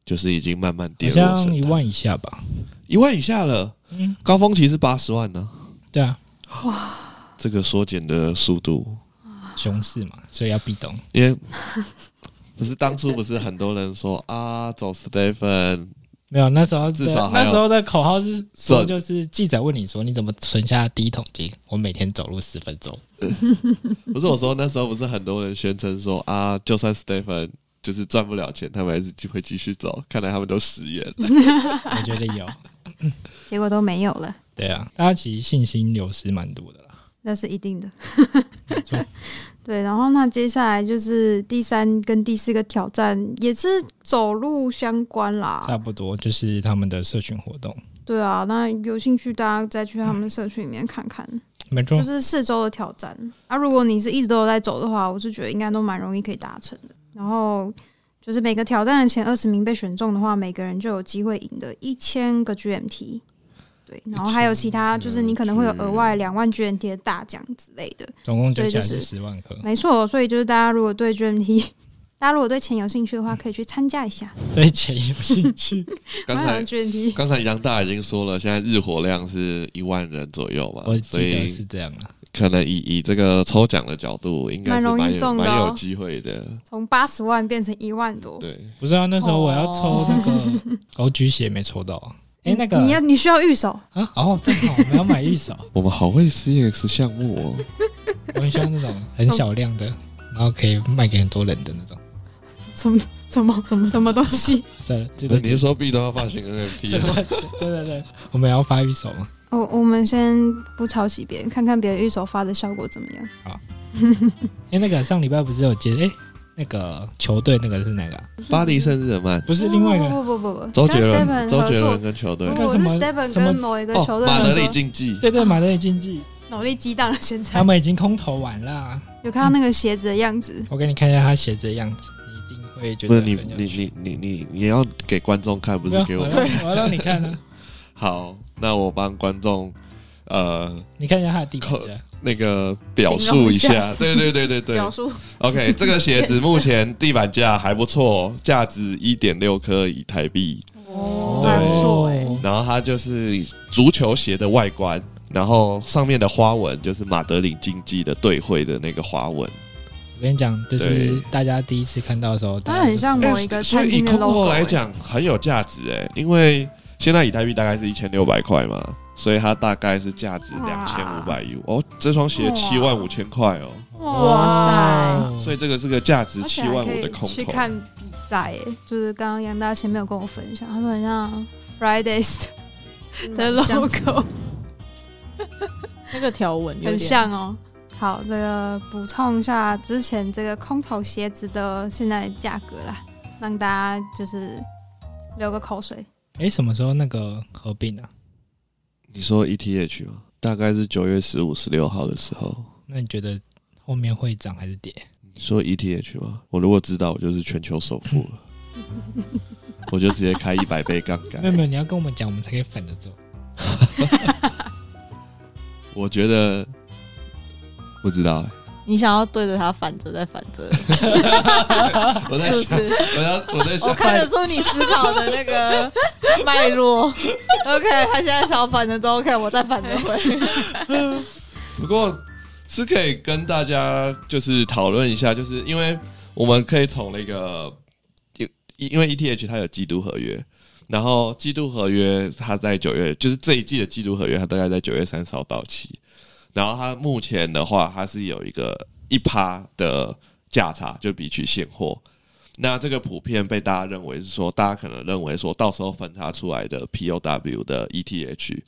就是已经慢慢跌落像一神坛万以下吧，一万以下了，嗯，高峰期是八十万呢、对啊，这个缩减的速度熊市嘛，所以要必懂，因 为不是当初不是很多人说啊，走 Stephen，没有，那时候的至少还那有时候的口号是说，这就是记者问你说你怎么存下第一桶金？我每天走路十 分钟。不是我说那时候不是很多人宣称说啊，就算 Stephen 就是赚不了钱，他们还是就会继续走。看来他们都食 言。我觉得有，结果都没有了，对啊，大家其实信心流失蛮多的啦。那是一定的。没错， 对，然后那接下来就是第三跟第四个挑战，也是走路相关差啦。不多就是他们的社群活动，对啊，那有兴趣大家再去他们社群里面看看，没就错，是四周的挑战。啊，如果你是一直都有在走的话，我是觉得应该都蛮容易可以达成的。然后就是每个挑战的前二十名被选中的话，每个人就有机会赢得一千个 GMT。对，然后还有其他，就是你可能会有额外两万 GMT 的大奖之类的。总共加起来所以是就十万颗。没错，所以就是大家如果对 GMT，大家 如果对钱有兴趣的话，可以去参加一下。对钱有 兴趣，刚才 GMT，刚才杨大已经说了，现在日活量是一万人左右嘛我，所记得以是这样啊。可能以以这个抽奖的角度，应该是蛮蛮容易有中的哦蛮有机会的。从八十万变成一万多。对，不是啊，那时候我要抽那个 O G 鞋没抽到啊。哎、那个哦嗯你要你需要预手，啊，哦，对哦，我们要买一手，我们好会 CX 项目哦。我们需要那种很小量的，然后可以卖给很多人的那种。什么什么什么什么东西？算了，这那个哦你是说 B 端要发行 NFT？这个了问题 对对对，我们也要发一手嘛。我我们先不抄袭别人，看看别人预手发的效果怎么样。哎、那个上礼拜不是有接哎、那个球队那个是哪个啊、 哦巴黎圣日耳曼，不是另外一个不不不不不，周跟杰 s t e 伦， n 周合杰伦作，跟球队那不个我什是么 s t e v e n 什么跟某一个球哦，队马德合里作，竞技，对对，马德里竞技，脑力激荡了。现他在们已经空投完了。有看到那个鞋子的样子，我给你看一下他鞋子的样子，你一定会觉不得是你很有你趣你你你你要给观众看，不没是有给我我看。要我要让你看啊，好，那我帮观众呃你看一下他的地板扣价，那个表形容述一一下下，对对对对对 表述 OK，这个鞋子目前地板价还不错，价值一点六颗以台币。哦对还不错哎然后它就是足球鞋的外观，然后上面的花纹就是马德里竞技的队徽的那个花纹。我跟你讲，就是对大家第一次看到的时候，大它家很就像某一个欸所餐以以厅的空投 logo 来欸。讲很有价值哎、因为现在以太币大概是一千六百块嘛，所以它大概是价值哇两千五百 U 哦，这双鞋七万五千块哦，哇塞所以这个是个价值而且七还万可五以的空去投。看比赛耶，就是刚刚杨大前面有跟我分享，他说很像 Fridays 的 logo，那个条纹有点很，像哦。好，这个补充一下之前这个空投鞋子的现在的价格啦，让大家就是流个口水。哎，什么时候那个合并啊？你说 ETH 吗？大概是九月十五、十六号的时候。那你觉得后面会涨还是跌？你说 ETH 吗？我如果知道，我就是全球首 富了，我就直接开一百倍杠杆没。有没有，你要跟我们讲，我们才可以反着做。我觉得不知道欸、你想要对着它反着再反着，我在 是不想， 是？我要我在我想，看得出你思考的那 个脉 络。OK，他现在想反着走，OK，我再反着回。不过是可以跟大家就是讨论一下，就是因为我们可以从那个，因因为 ETH 它有季度合约，然后季度合约它在九月，就是这一季的季度合约，它大概在九月三十号到期。然后它目前的话，它是有一个一趴的价差，就比起现货。那这个普遍被大家认为是说，大家可能认为说到时候分叉出来的 POW 的 E ETH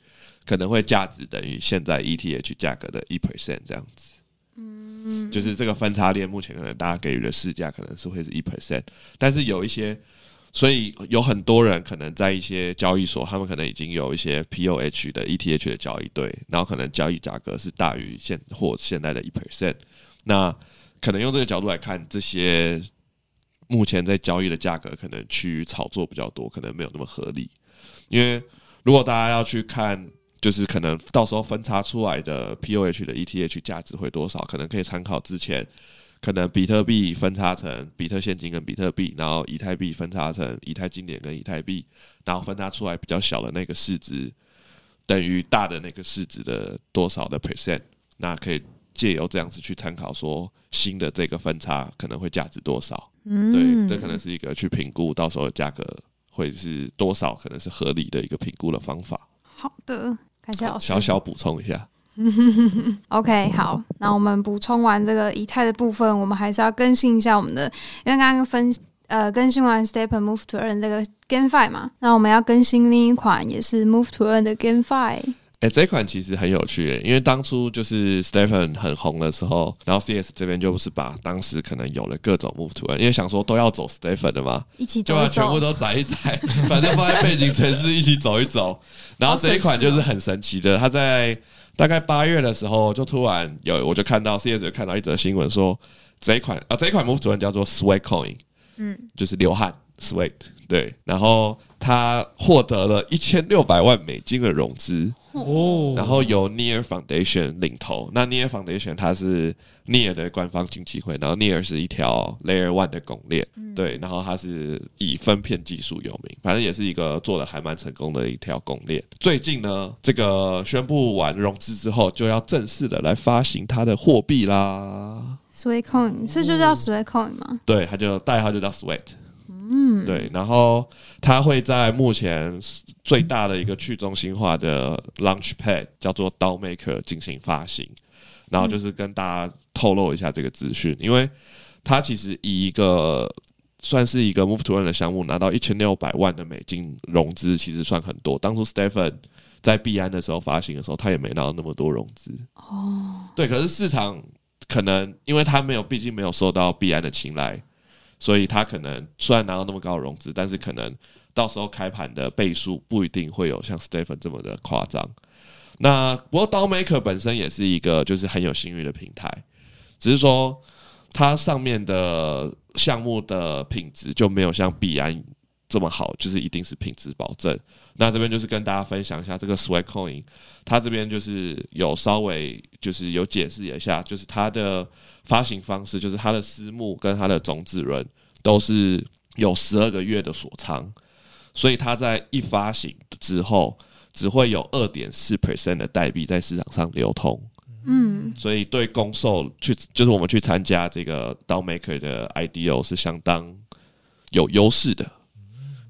可能会价值等于现在 ETH 价格的一 percent 这样子。嗯，就是这个分叉链目前可能大家给予的市价可能是会是一 percent，但是有一些，所以有很多人可能在一些交易所，他们可能已经有一些 POH 的 ETH 的交易对，然后可能交易价格是大于现或现在的一 percent，那可能用这个角度来看这些。目前在交易的价格可能去炒作比较多，可能没有那么合理。因为如果大家要去看就是可能到时候分叉出来的 POH 的 ETH 价值会多少，可能可以参考之前可能比特币分叉成比特现金跟比特币，然后以太币分叉成以太经典跟以太币，然后分叉出来比较小的那个市值等于大的那个市值的多少的 percent，那可以借由这样子去参考说新的这个分叉可能会价值多少。对，嗯，这可能是一个去评估到时候的价格会是多少，可能是合理的一个评估的方法。好的，感谢老师。小小补充一下， OK，好，那我们补充完这个以太的部分，我们还是要更新一下我们的，因为刚刚分呃更新完 Step and Move to Earn 这个 GameFi 嘛，那我们要更新另一款也是 Move to Earn 的 GameFi。哎、这款其实很有趣耶，因为当初就是 Stephen 很红的时候，然后 CS 这边就是把当时可能有了各种 move to N，因为想说都要走 Stephen 的嘛，一起就走把一啊全走，部都载一载， 反正放在背景城市一起走一 走。然后这一哦款就是很神奇的，它在大概八月的时候，就突然有我就看到 CS 有看到一则新闻说，这一款啊这一款 move to N 叫做 Sweat Coin，嗯，就是流汗 Sweat，对，然后它获得了一千六百万美金的融资。嗯哦然后由 Near Foundation 领头。那 Near Foundation 它是 Near 的官方经济会，然后 Near 是一条 Layer One 的拱链，对，然后它是以分片技术有名，反正也是一个做的还蛮成功的一条拱链。最近呢，这个宣布完融资之后，就要正式的来发行它的货币啦。 Sweet Coin，这就叫 Sweet Coin 吗？对，它就代号就叫 Sweat。嗯，对，然后它会在目前最大的一个去中心化的 Launchpad 叫做 DAO Maker 进行发行，然后就是跟大家透露一下这个资讯，因为它其实以一个算是一个 Move to Earn 的项目拿到一千六百万的美金融资，其实算很多。当初 Stephen 在币安的时候发行的时候，他也没拿到那么多融资。哦，对，可是市场可能因为他没有，毕竟没有受到币安的青睐，所以他可能虽然拿到那么高的融资，但是可能到时候开盘的倍数不一定会有像 Stephen 这么的夸张。那不过 d o Maker 本身也是一个就是很有信誉的平台，只是说它上面的项目的品质就没有像币安这么好，就是一定是品质保证。那这边就是跟大家分享一下这个 Sweat Coin，它这边就是有稍微就是有解释一下，就是它的发行方式，就是它的私募跟它的种子轮都是有十二个月的锁仓，所以它在一发行之后，只会有二点四 percent 的代币在市场上流通。嗯，所以对公售去就是我们去参加这个 DAO Maker 的 IDO 是相当有优势的。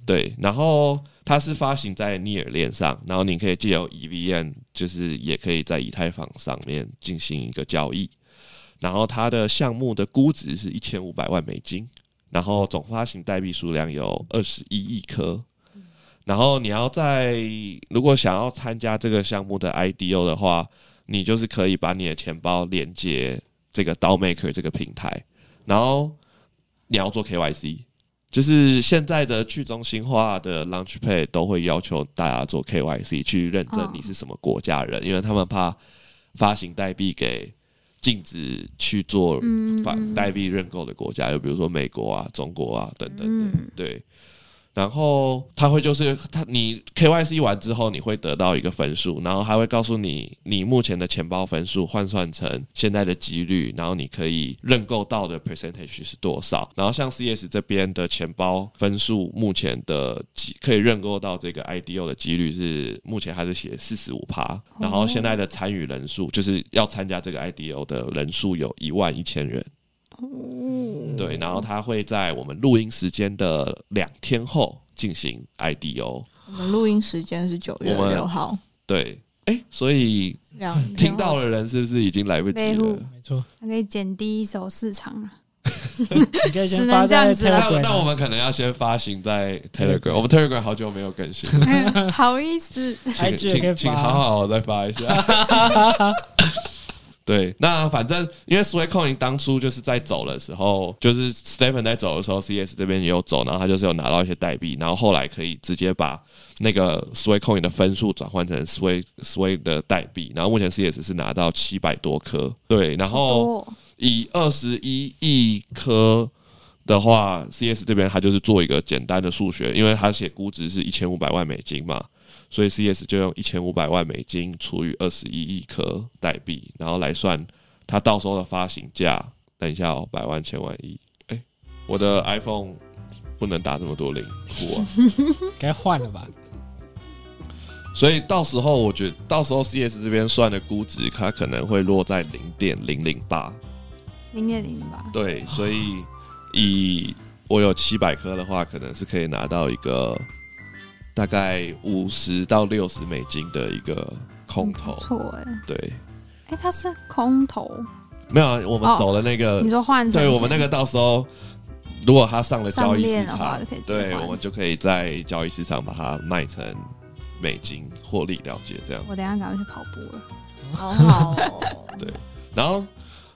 对，然后它是发行在 Near 链上，然后你可以借由 EVM，就是也可以在以太坊上面进行一个交易。然后它的项目的估值是一千五百万美金，然后总发行代币数量有二十一亿颗。然后你要在如果想要参加这个项目的 IDO 的话，你就是可以把你的钱包连接这个 DAO Maker 这个平台，然后你要做 KYC，就是现在的去中心化的 Launchpad 都会要求大家做 KYC 去认证哦你是什么国家人，因为他们怕发行代币给禁止去做嗯反代币认购的国家，就比如说美国啊、中国啊等等的，嗯对。然后他会就是他你 KYC 完之后，你会得到一个分数，然后还会告诉你你目前的钱包分数换算成现在的几率，然后你可以认购到的 percentage 是多少。然后像 CS 这边的钱包分数，目前的几可以认购到这个 IDO 的几率是目前还是写四十五趴，然后现在的参与人数就是要参加这个 IDO 的人数有一万一千人。嗯哦，对，然后他会在我们录音时间的两天后进行 IDO。我们录音时间是九月我们六号，对，哎、所以两听到的人是不是已经来不及没了录？没错，它可以减低一手市场了。你可以只先能发这样在子了 Telegram 那啊。那我们可能要先发行在 Telegram，我们 Telegram 好久没有更新了，好意思，请 IG 也可以请请发好好再发一下。 对，那反正因为 Swaycoin 当初就是在走的时候，就是 Stephen 在走的时候，CS 这边也有走，然后他就是有拿到一些代币，然后后来可以直接把那个 Swaycoin 的分数转换成 Sway Sway 的代币，然后目前 CS 是拿到七百多颗，对，然后哦，以二十一亿颗的话，CS 这边它就是做一个简单的数学，因为它写估值是一千五百万美金嘛，所以 CS 就用一千五百万美金除以二十一亿颗代币，然后来算它到时候的发行价。等一下哦，百万、千万、亿，哎、我的 iPhone 不能打这么多零，哭啊！该换了吧？ 所以到时候我觉得，到时候 CS 这边算的估值，它可能会落在零点零零八。零点零吧，对，所以以我有七百颗的话，可能是可以拿到一个大概五十到六十美金的一个空投不。错哎，对，哎，它是空头，没有啊，我们哦走了那个，你说换成对我们那个到时候如果它上了交易上市链的话就场可以，直接对，换我们就可以在交易市场把它卖成美金获利了结这样。我等一下赶快去跑步了。好 好哦，然后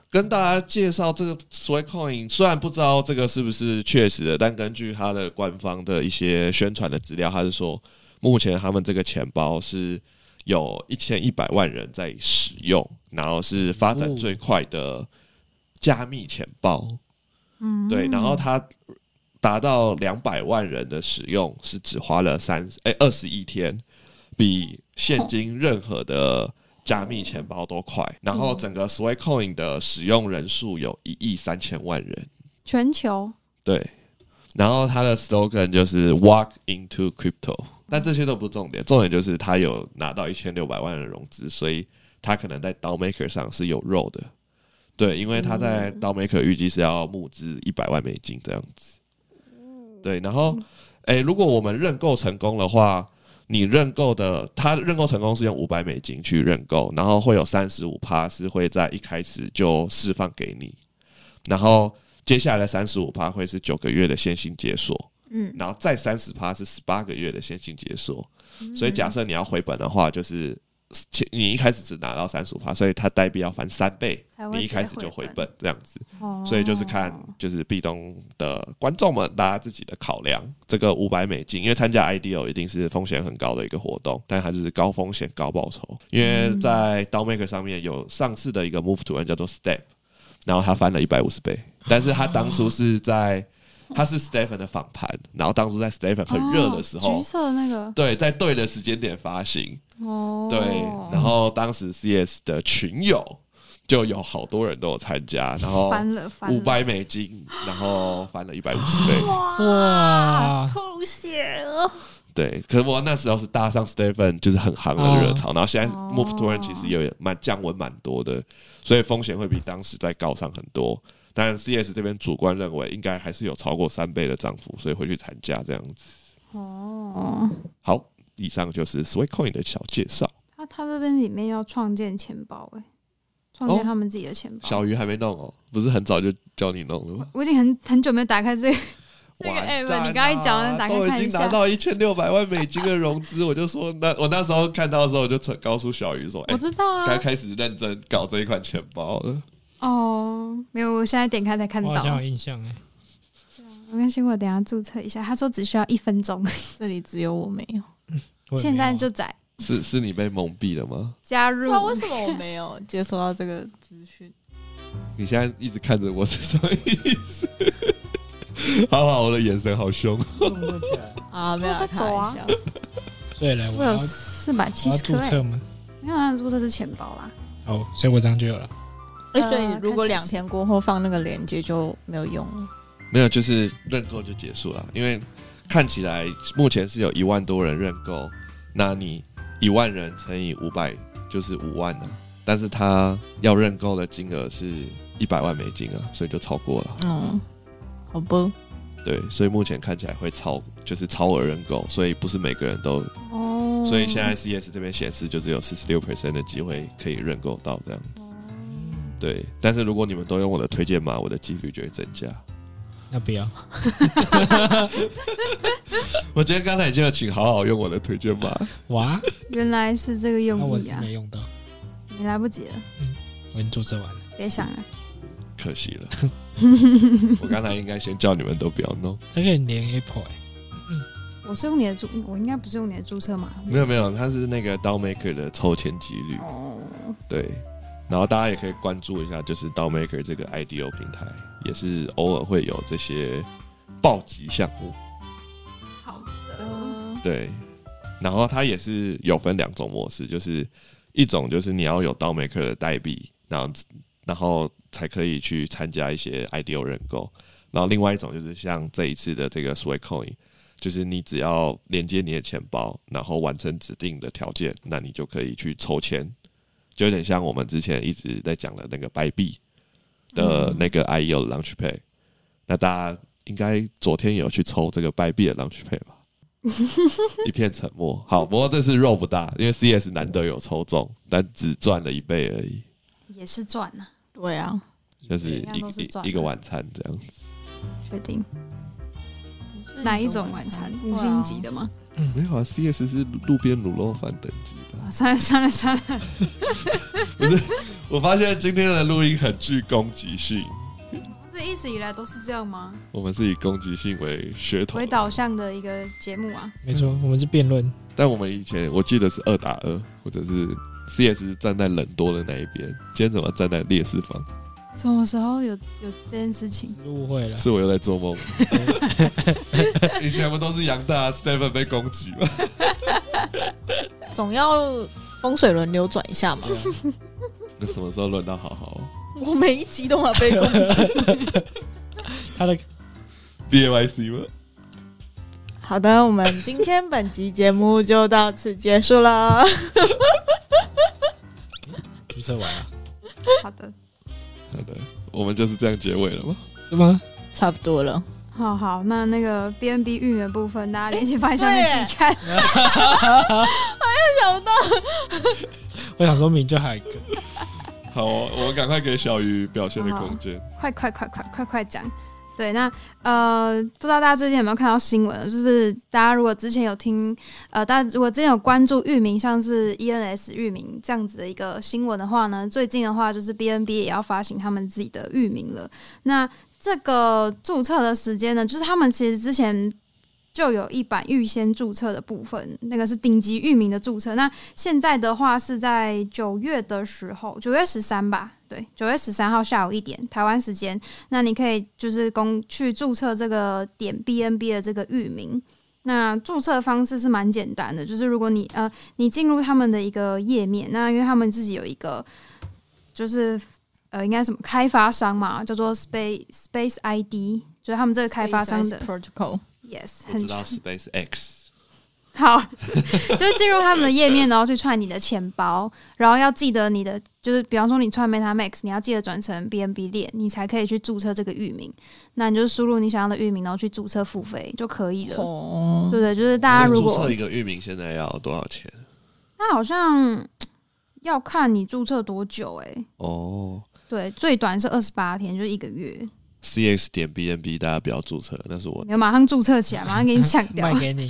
跟大家介绍这个 Sweatcoin，虽然不知道这个是不是确实的，但根据它的官方的一些宣传的资料，它是说目前他们这个钱包是有一千一百万人在使用，然后是发展最快的加密钱包。嗯，对，然后它达到两百万人的使用是只花了三哎二十一天，比现今任何的加密钱包都快。然哦后整个 Swecoin 的使用人数有一亿三千万人，全球对。然后它的 slogan 就是 Walk into crypto，但这些都不是重点，重点就是它有拿到一千六百万的融资，所以它可能在 DAO Maker 上是有肉的。对，因为它在 DAO Maker 预计是要募资一百万美金这样子。对，然后，诶，如果我们认购成功的话，你认购的，它认购成功是用五百美金去认购，然后会有三十五趴是会在一开始就释放给你，然后接下来的三十五趴会是九个月的线性解锁，嗯，然后再三十趴是十八个月的线性解锁。嗯所以假设你要回本的话，就是前你一开始只拿到三十五趴，所以它代币要翻三倍才，会你一开始直接就回回本本这样子。哦所以就是看就是壁咚的观众们大家自己的考量，这个五百美金，因为参加 IDO 一定是风险很高的一个活动，但它就是高风险高报酬。因为嗯在 d o m a k e r 上面有上次的一个 Move 图案叫做 Step，然后它翻了一百五十倍，但是它当初是在哦它是 Stephen 的访谈，然后当初在 Stephen 很热的时哦候橘，色那个对，在对的时间点发行，哦，对，然后当时 CS 的群友就有好多人都有参加，然后翻了翻了哦五百美金，然后翻了一百五十倍。哇，吐血了，对，可是我那时候是搭上 Stephen 就是很行的热潮，然后现在哦 Move to Earn 其实也蛮降温蛮多的，所以风险会比当时再高上很多。当然 CS 这边主观认为应该还是有超过三倍的涨幅，所以回去参加这样子。哦，好，以上就是 Sweetcoin 的小介绍。他他这边里面要创建钱包哎，创哦建他们自己的钱包。小鱼还没弄哦，不是很早就叫你弄了吗？我已经很很久没有打开这个，这个哇， app，你刚才讲的打开啊都已看一经下拿到一千六百万美金的融资，我就说那我那时候看到的时候，我就传告诉小鱼说，哎、我知道该啊。开始认真搞这一款钱包了。哦，没有，我现在点开才看我好像到。有印象哎，没关系，我等一下注册一下。他说只需要一分钟，这里只有我没有。我也没有啊现在就载是是你被蒙蔽了吗？加不入知。道为什么我没有接收到这个资讯。你现在一直看着我是什么意思？ 好好，我的眼神好凶。弄不起来啊，没有在开走啊玩笑。所以嘞，我我要有四百我七要十注颗哎，册吗？没有啊，注册是钱包啦。哦，所以我这样就有了。哎、呃所以如果看起来两是天过后放那个链接就没有用了。没有，就是认购就结束了，因为看起来目前是有一万多人认购，那你一万人乘以五百就是五万呢、但是他要认购的金额是一百万美金啊，所以就超过了。嗯，好吧，对，所以目前看起来会超，就是超额认购，所以不是每个人都，哦，所以现在 CS 这边显示就只有四十六 percent 的机会可以认购到这样子。对，但是如果你们都用我的推荐码，我的几率就会增加。那不要，我今天刚才已经有请好好用我的推荐码， 哇，原来是这个那我用意是啊，没用到，你来不及了，我已经注册完了。别想了。可惜了。 我刚才应该先叫你们都不要弄，而且你连 Apple 哎、我是用你的注，我应该不是用你的注册码。没有没有，它是那个 d o Maker 的抽签几率，哦，对。然后大家也可以关注一下，就是 d o Maker 这个 IDO 平台，也是偶尔会有这些暴击项目，好嗯对。然后它也是有分两种模式，就是一种就是你要有 d o Maker 的代币，然后然后才可以去参加一些 IDO 认购。然后另外一种就是像这一次的这个 Swecoin，就是你只要连接你的钱包，然后完成指定的条件，那你就可以去抽签，就有点像我们之前一直在讲的那个白币的那个 IEO 的 Launch Pay。那大家应该昨天有去抽这个白币的 Launch Pay 吧？一片沉默。好，不过这次肉不大，因为 CS 难得有抽中，但只赚了一倍而已。也是赚呐、对啊，就是一样一都是一赚一个的晚餐这样子。确定哪一种晚餐？五啊星级的吗？没有啊，CS 是路边卤肉饭等级的。啊算了算了算了，我发现今天的录音很具攻击性，不是一直以来都是这样吗？我们是以攻击性为噱头为，导向的一个节目啊，没错，我们是辩论，但我们以前我记得是二打二，或者是 CS 是站在人多的那一边，今天怎么站在劣势方？什么时候有有这件事情？误会 了。是我又在做梦。哎 以前不都是杨大啊 Stephen 被攻击吗？总要风水轮流转一 下嘛。那什么时候轮到好好我每一集都嘛被攻击。他的 B A Y C 吗？ 好的，我们今天本集节目就到此结束了。注册完了，好的，好的，我们就是这样结尾了吗？是吗？ 差不多了，好好，那那个 B N B 运营的部分，大家联系方向自己看。想不到我想说明就还有一个，好、哦，我们赶快给小鱼表现的空间。快快快快快快讲。对，那呃，不知道大家最近有没有看到新闻？就是大家如果之前有听，呃，大家如果之前有关注域名，像是 ENS 域名这样子的一个新闻的话呢，最近的话就是 BNB 也要发行他们自己的域名了。那这个注册的时间呢，就是他们其实之前就有一版预先注册的部分，那个是顶级域名的注册。那现在的话是在九月的时候，九月十三吧，对，九月十三号下午一点台湾时间，那你可以就是公去注册这个点 BNB 的这个域名。那注册方式是蛮简单的，就是如果你呃你进入他们的一个页面，那因为他们自己有一个就是呃应该什么开发商嘛，叫做 Space Space ID，就是他们这个开发商的 protocol。 Yes，我很知道 Space X 好， 就是进入他们的页面，然后去串你的钱包，然后要记得你的，就是比方说你串 MetaMax，你要记得转成 BNB 链，你才可以去注册这个域名。那你就输入你想要的域名，然后去注册付费就可以了。哦，对对，就是大家如果个域名现在要多少钱？那好像要看你注册多久诶、哦、对，最短是二十八天，就是一个月， c x 点 BNB 大家不要注册，那是我没有马上注册起来，马上给你抢掉卖。给你。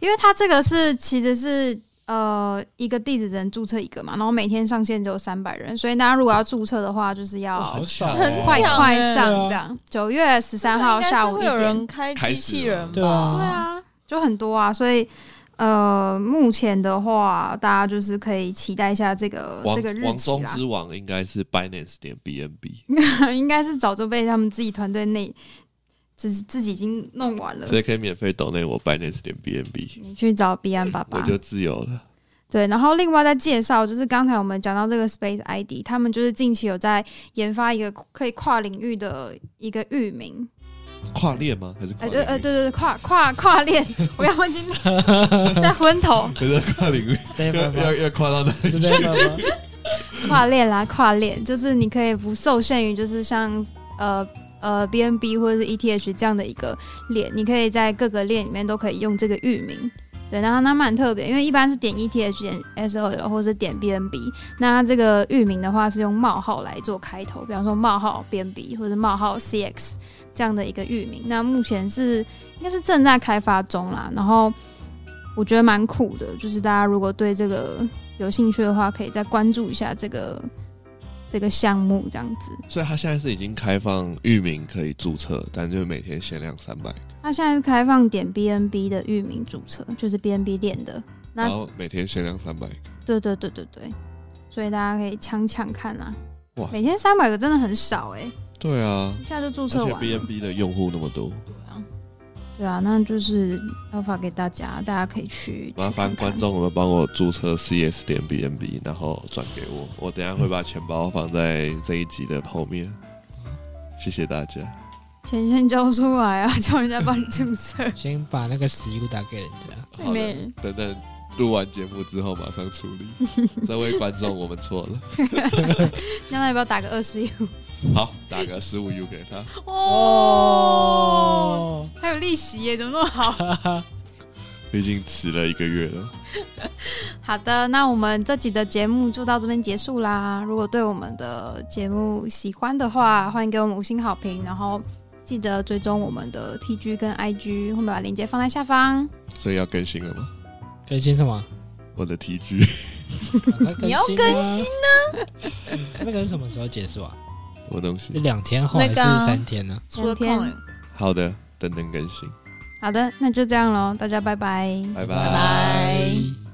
因为它这个是其实是呃一个地址只能注册一个嘛，然后每天上限只有三百人，所以大家如果要注册的话，就是要爽很哦快爽快啊欸上这样。九月十三号下午一啊应该是会有点，人开机器人对吧？啊，对，啊，就很多啊，所以。呃，目前的话，大家就是可以期待一下这个王这个日王期中啦嗯之。王应该是 Binance 点 BNB， 应该是早就被他们自己团队内自自己已经弄完了。谁可以免费抖内我 Binance 点 BNB，你去找彼岸爸爸。我就自由了。对，然后另外再介绍，就是刚才我们讲到这个 Space ID，他们就是近期有在研发一个可以跨领域的一个域名，跨链吗？还是呃，跨领对，域？呃，对对对，跨跨跨链， 我刚刚已经在昏头，还是跨领 域？要要要跨到哪里？之类的吗？跨链啦，跨链，就是你可以不受限于就是像呃呃 BNB 或者是 ETH 这样的一个链，你可以在各个链里面都可以用这个域名。对，然后它蛮特别，因为一般是点 ETH 点 SOL 或者是点 BNB，那它这个域名的话是用冒号来做开头，比方说冒号 BNB 或者冒号 CX 这样的一个域名。那目前是应该是正在开发中啦，然后我觉得蛮酷的，就是大家如果对这个有兴趣的话，可以再关注一下这个这个项目这样子。所以它现在是已经开放域名可以注册，但就是每天限量三百，它现在是开放点 BNB 的域名注册，就是 BNB 链的。那然后每天限量三百。对对对对对，所以大家可以抢抢看啦。哇，每天三百个真的很少哎、对啊，一下就注而册完且了。 BNB 的用户那么多，对啊，那就是要发给大家，大家可以去麻烦观。众们帮我注册 CS 点 BNB，然后转给我，我等一下会把钱包放在这一集的后面。谢谢大家。去看看钱先交出来啊， 叫人家帮你注册。先把那个食物打给人家， 好的，等等录完节目之后马上处 理。这位观众，我们错了。那要不要打个二十一？好，打个十五 U 给他。哦，还有利息耶，怎么那么好？毕竟迟了一个月了，好的，那我们这集的节目就到这边结束啦。如果对我们的节目喜欢的话，欢迎给我们五星好评，然后记得追踪我们的 TG 跟 IG，我们把链接放在下方。所以要更新了吗？更新什么？我的 TG，赶快你要更更新呢？嗯那个是什么时候结束啊？什么东是西？两天后还那是个啊三天呢？出了空两了天好的，等等更新，好的，那就这样喽，大家拜拜。拜拜拜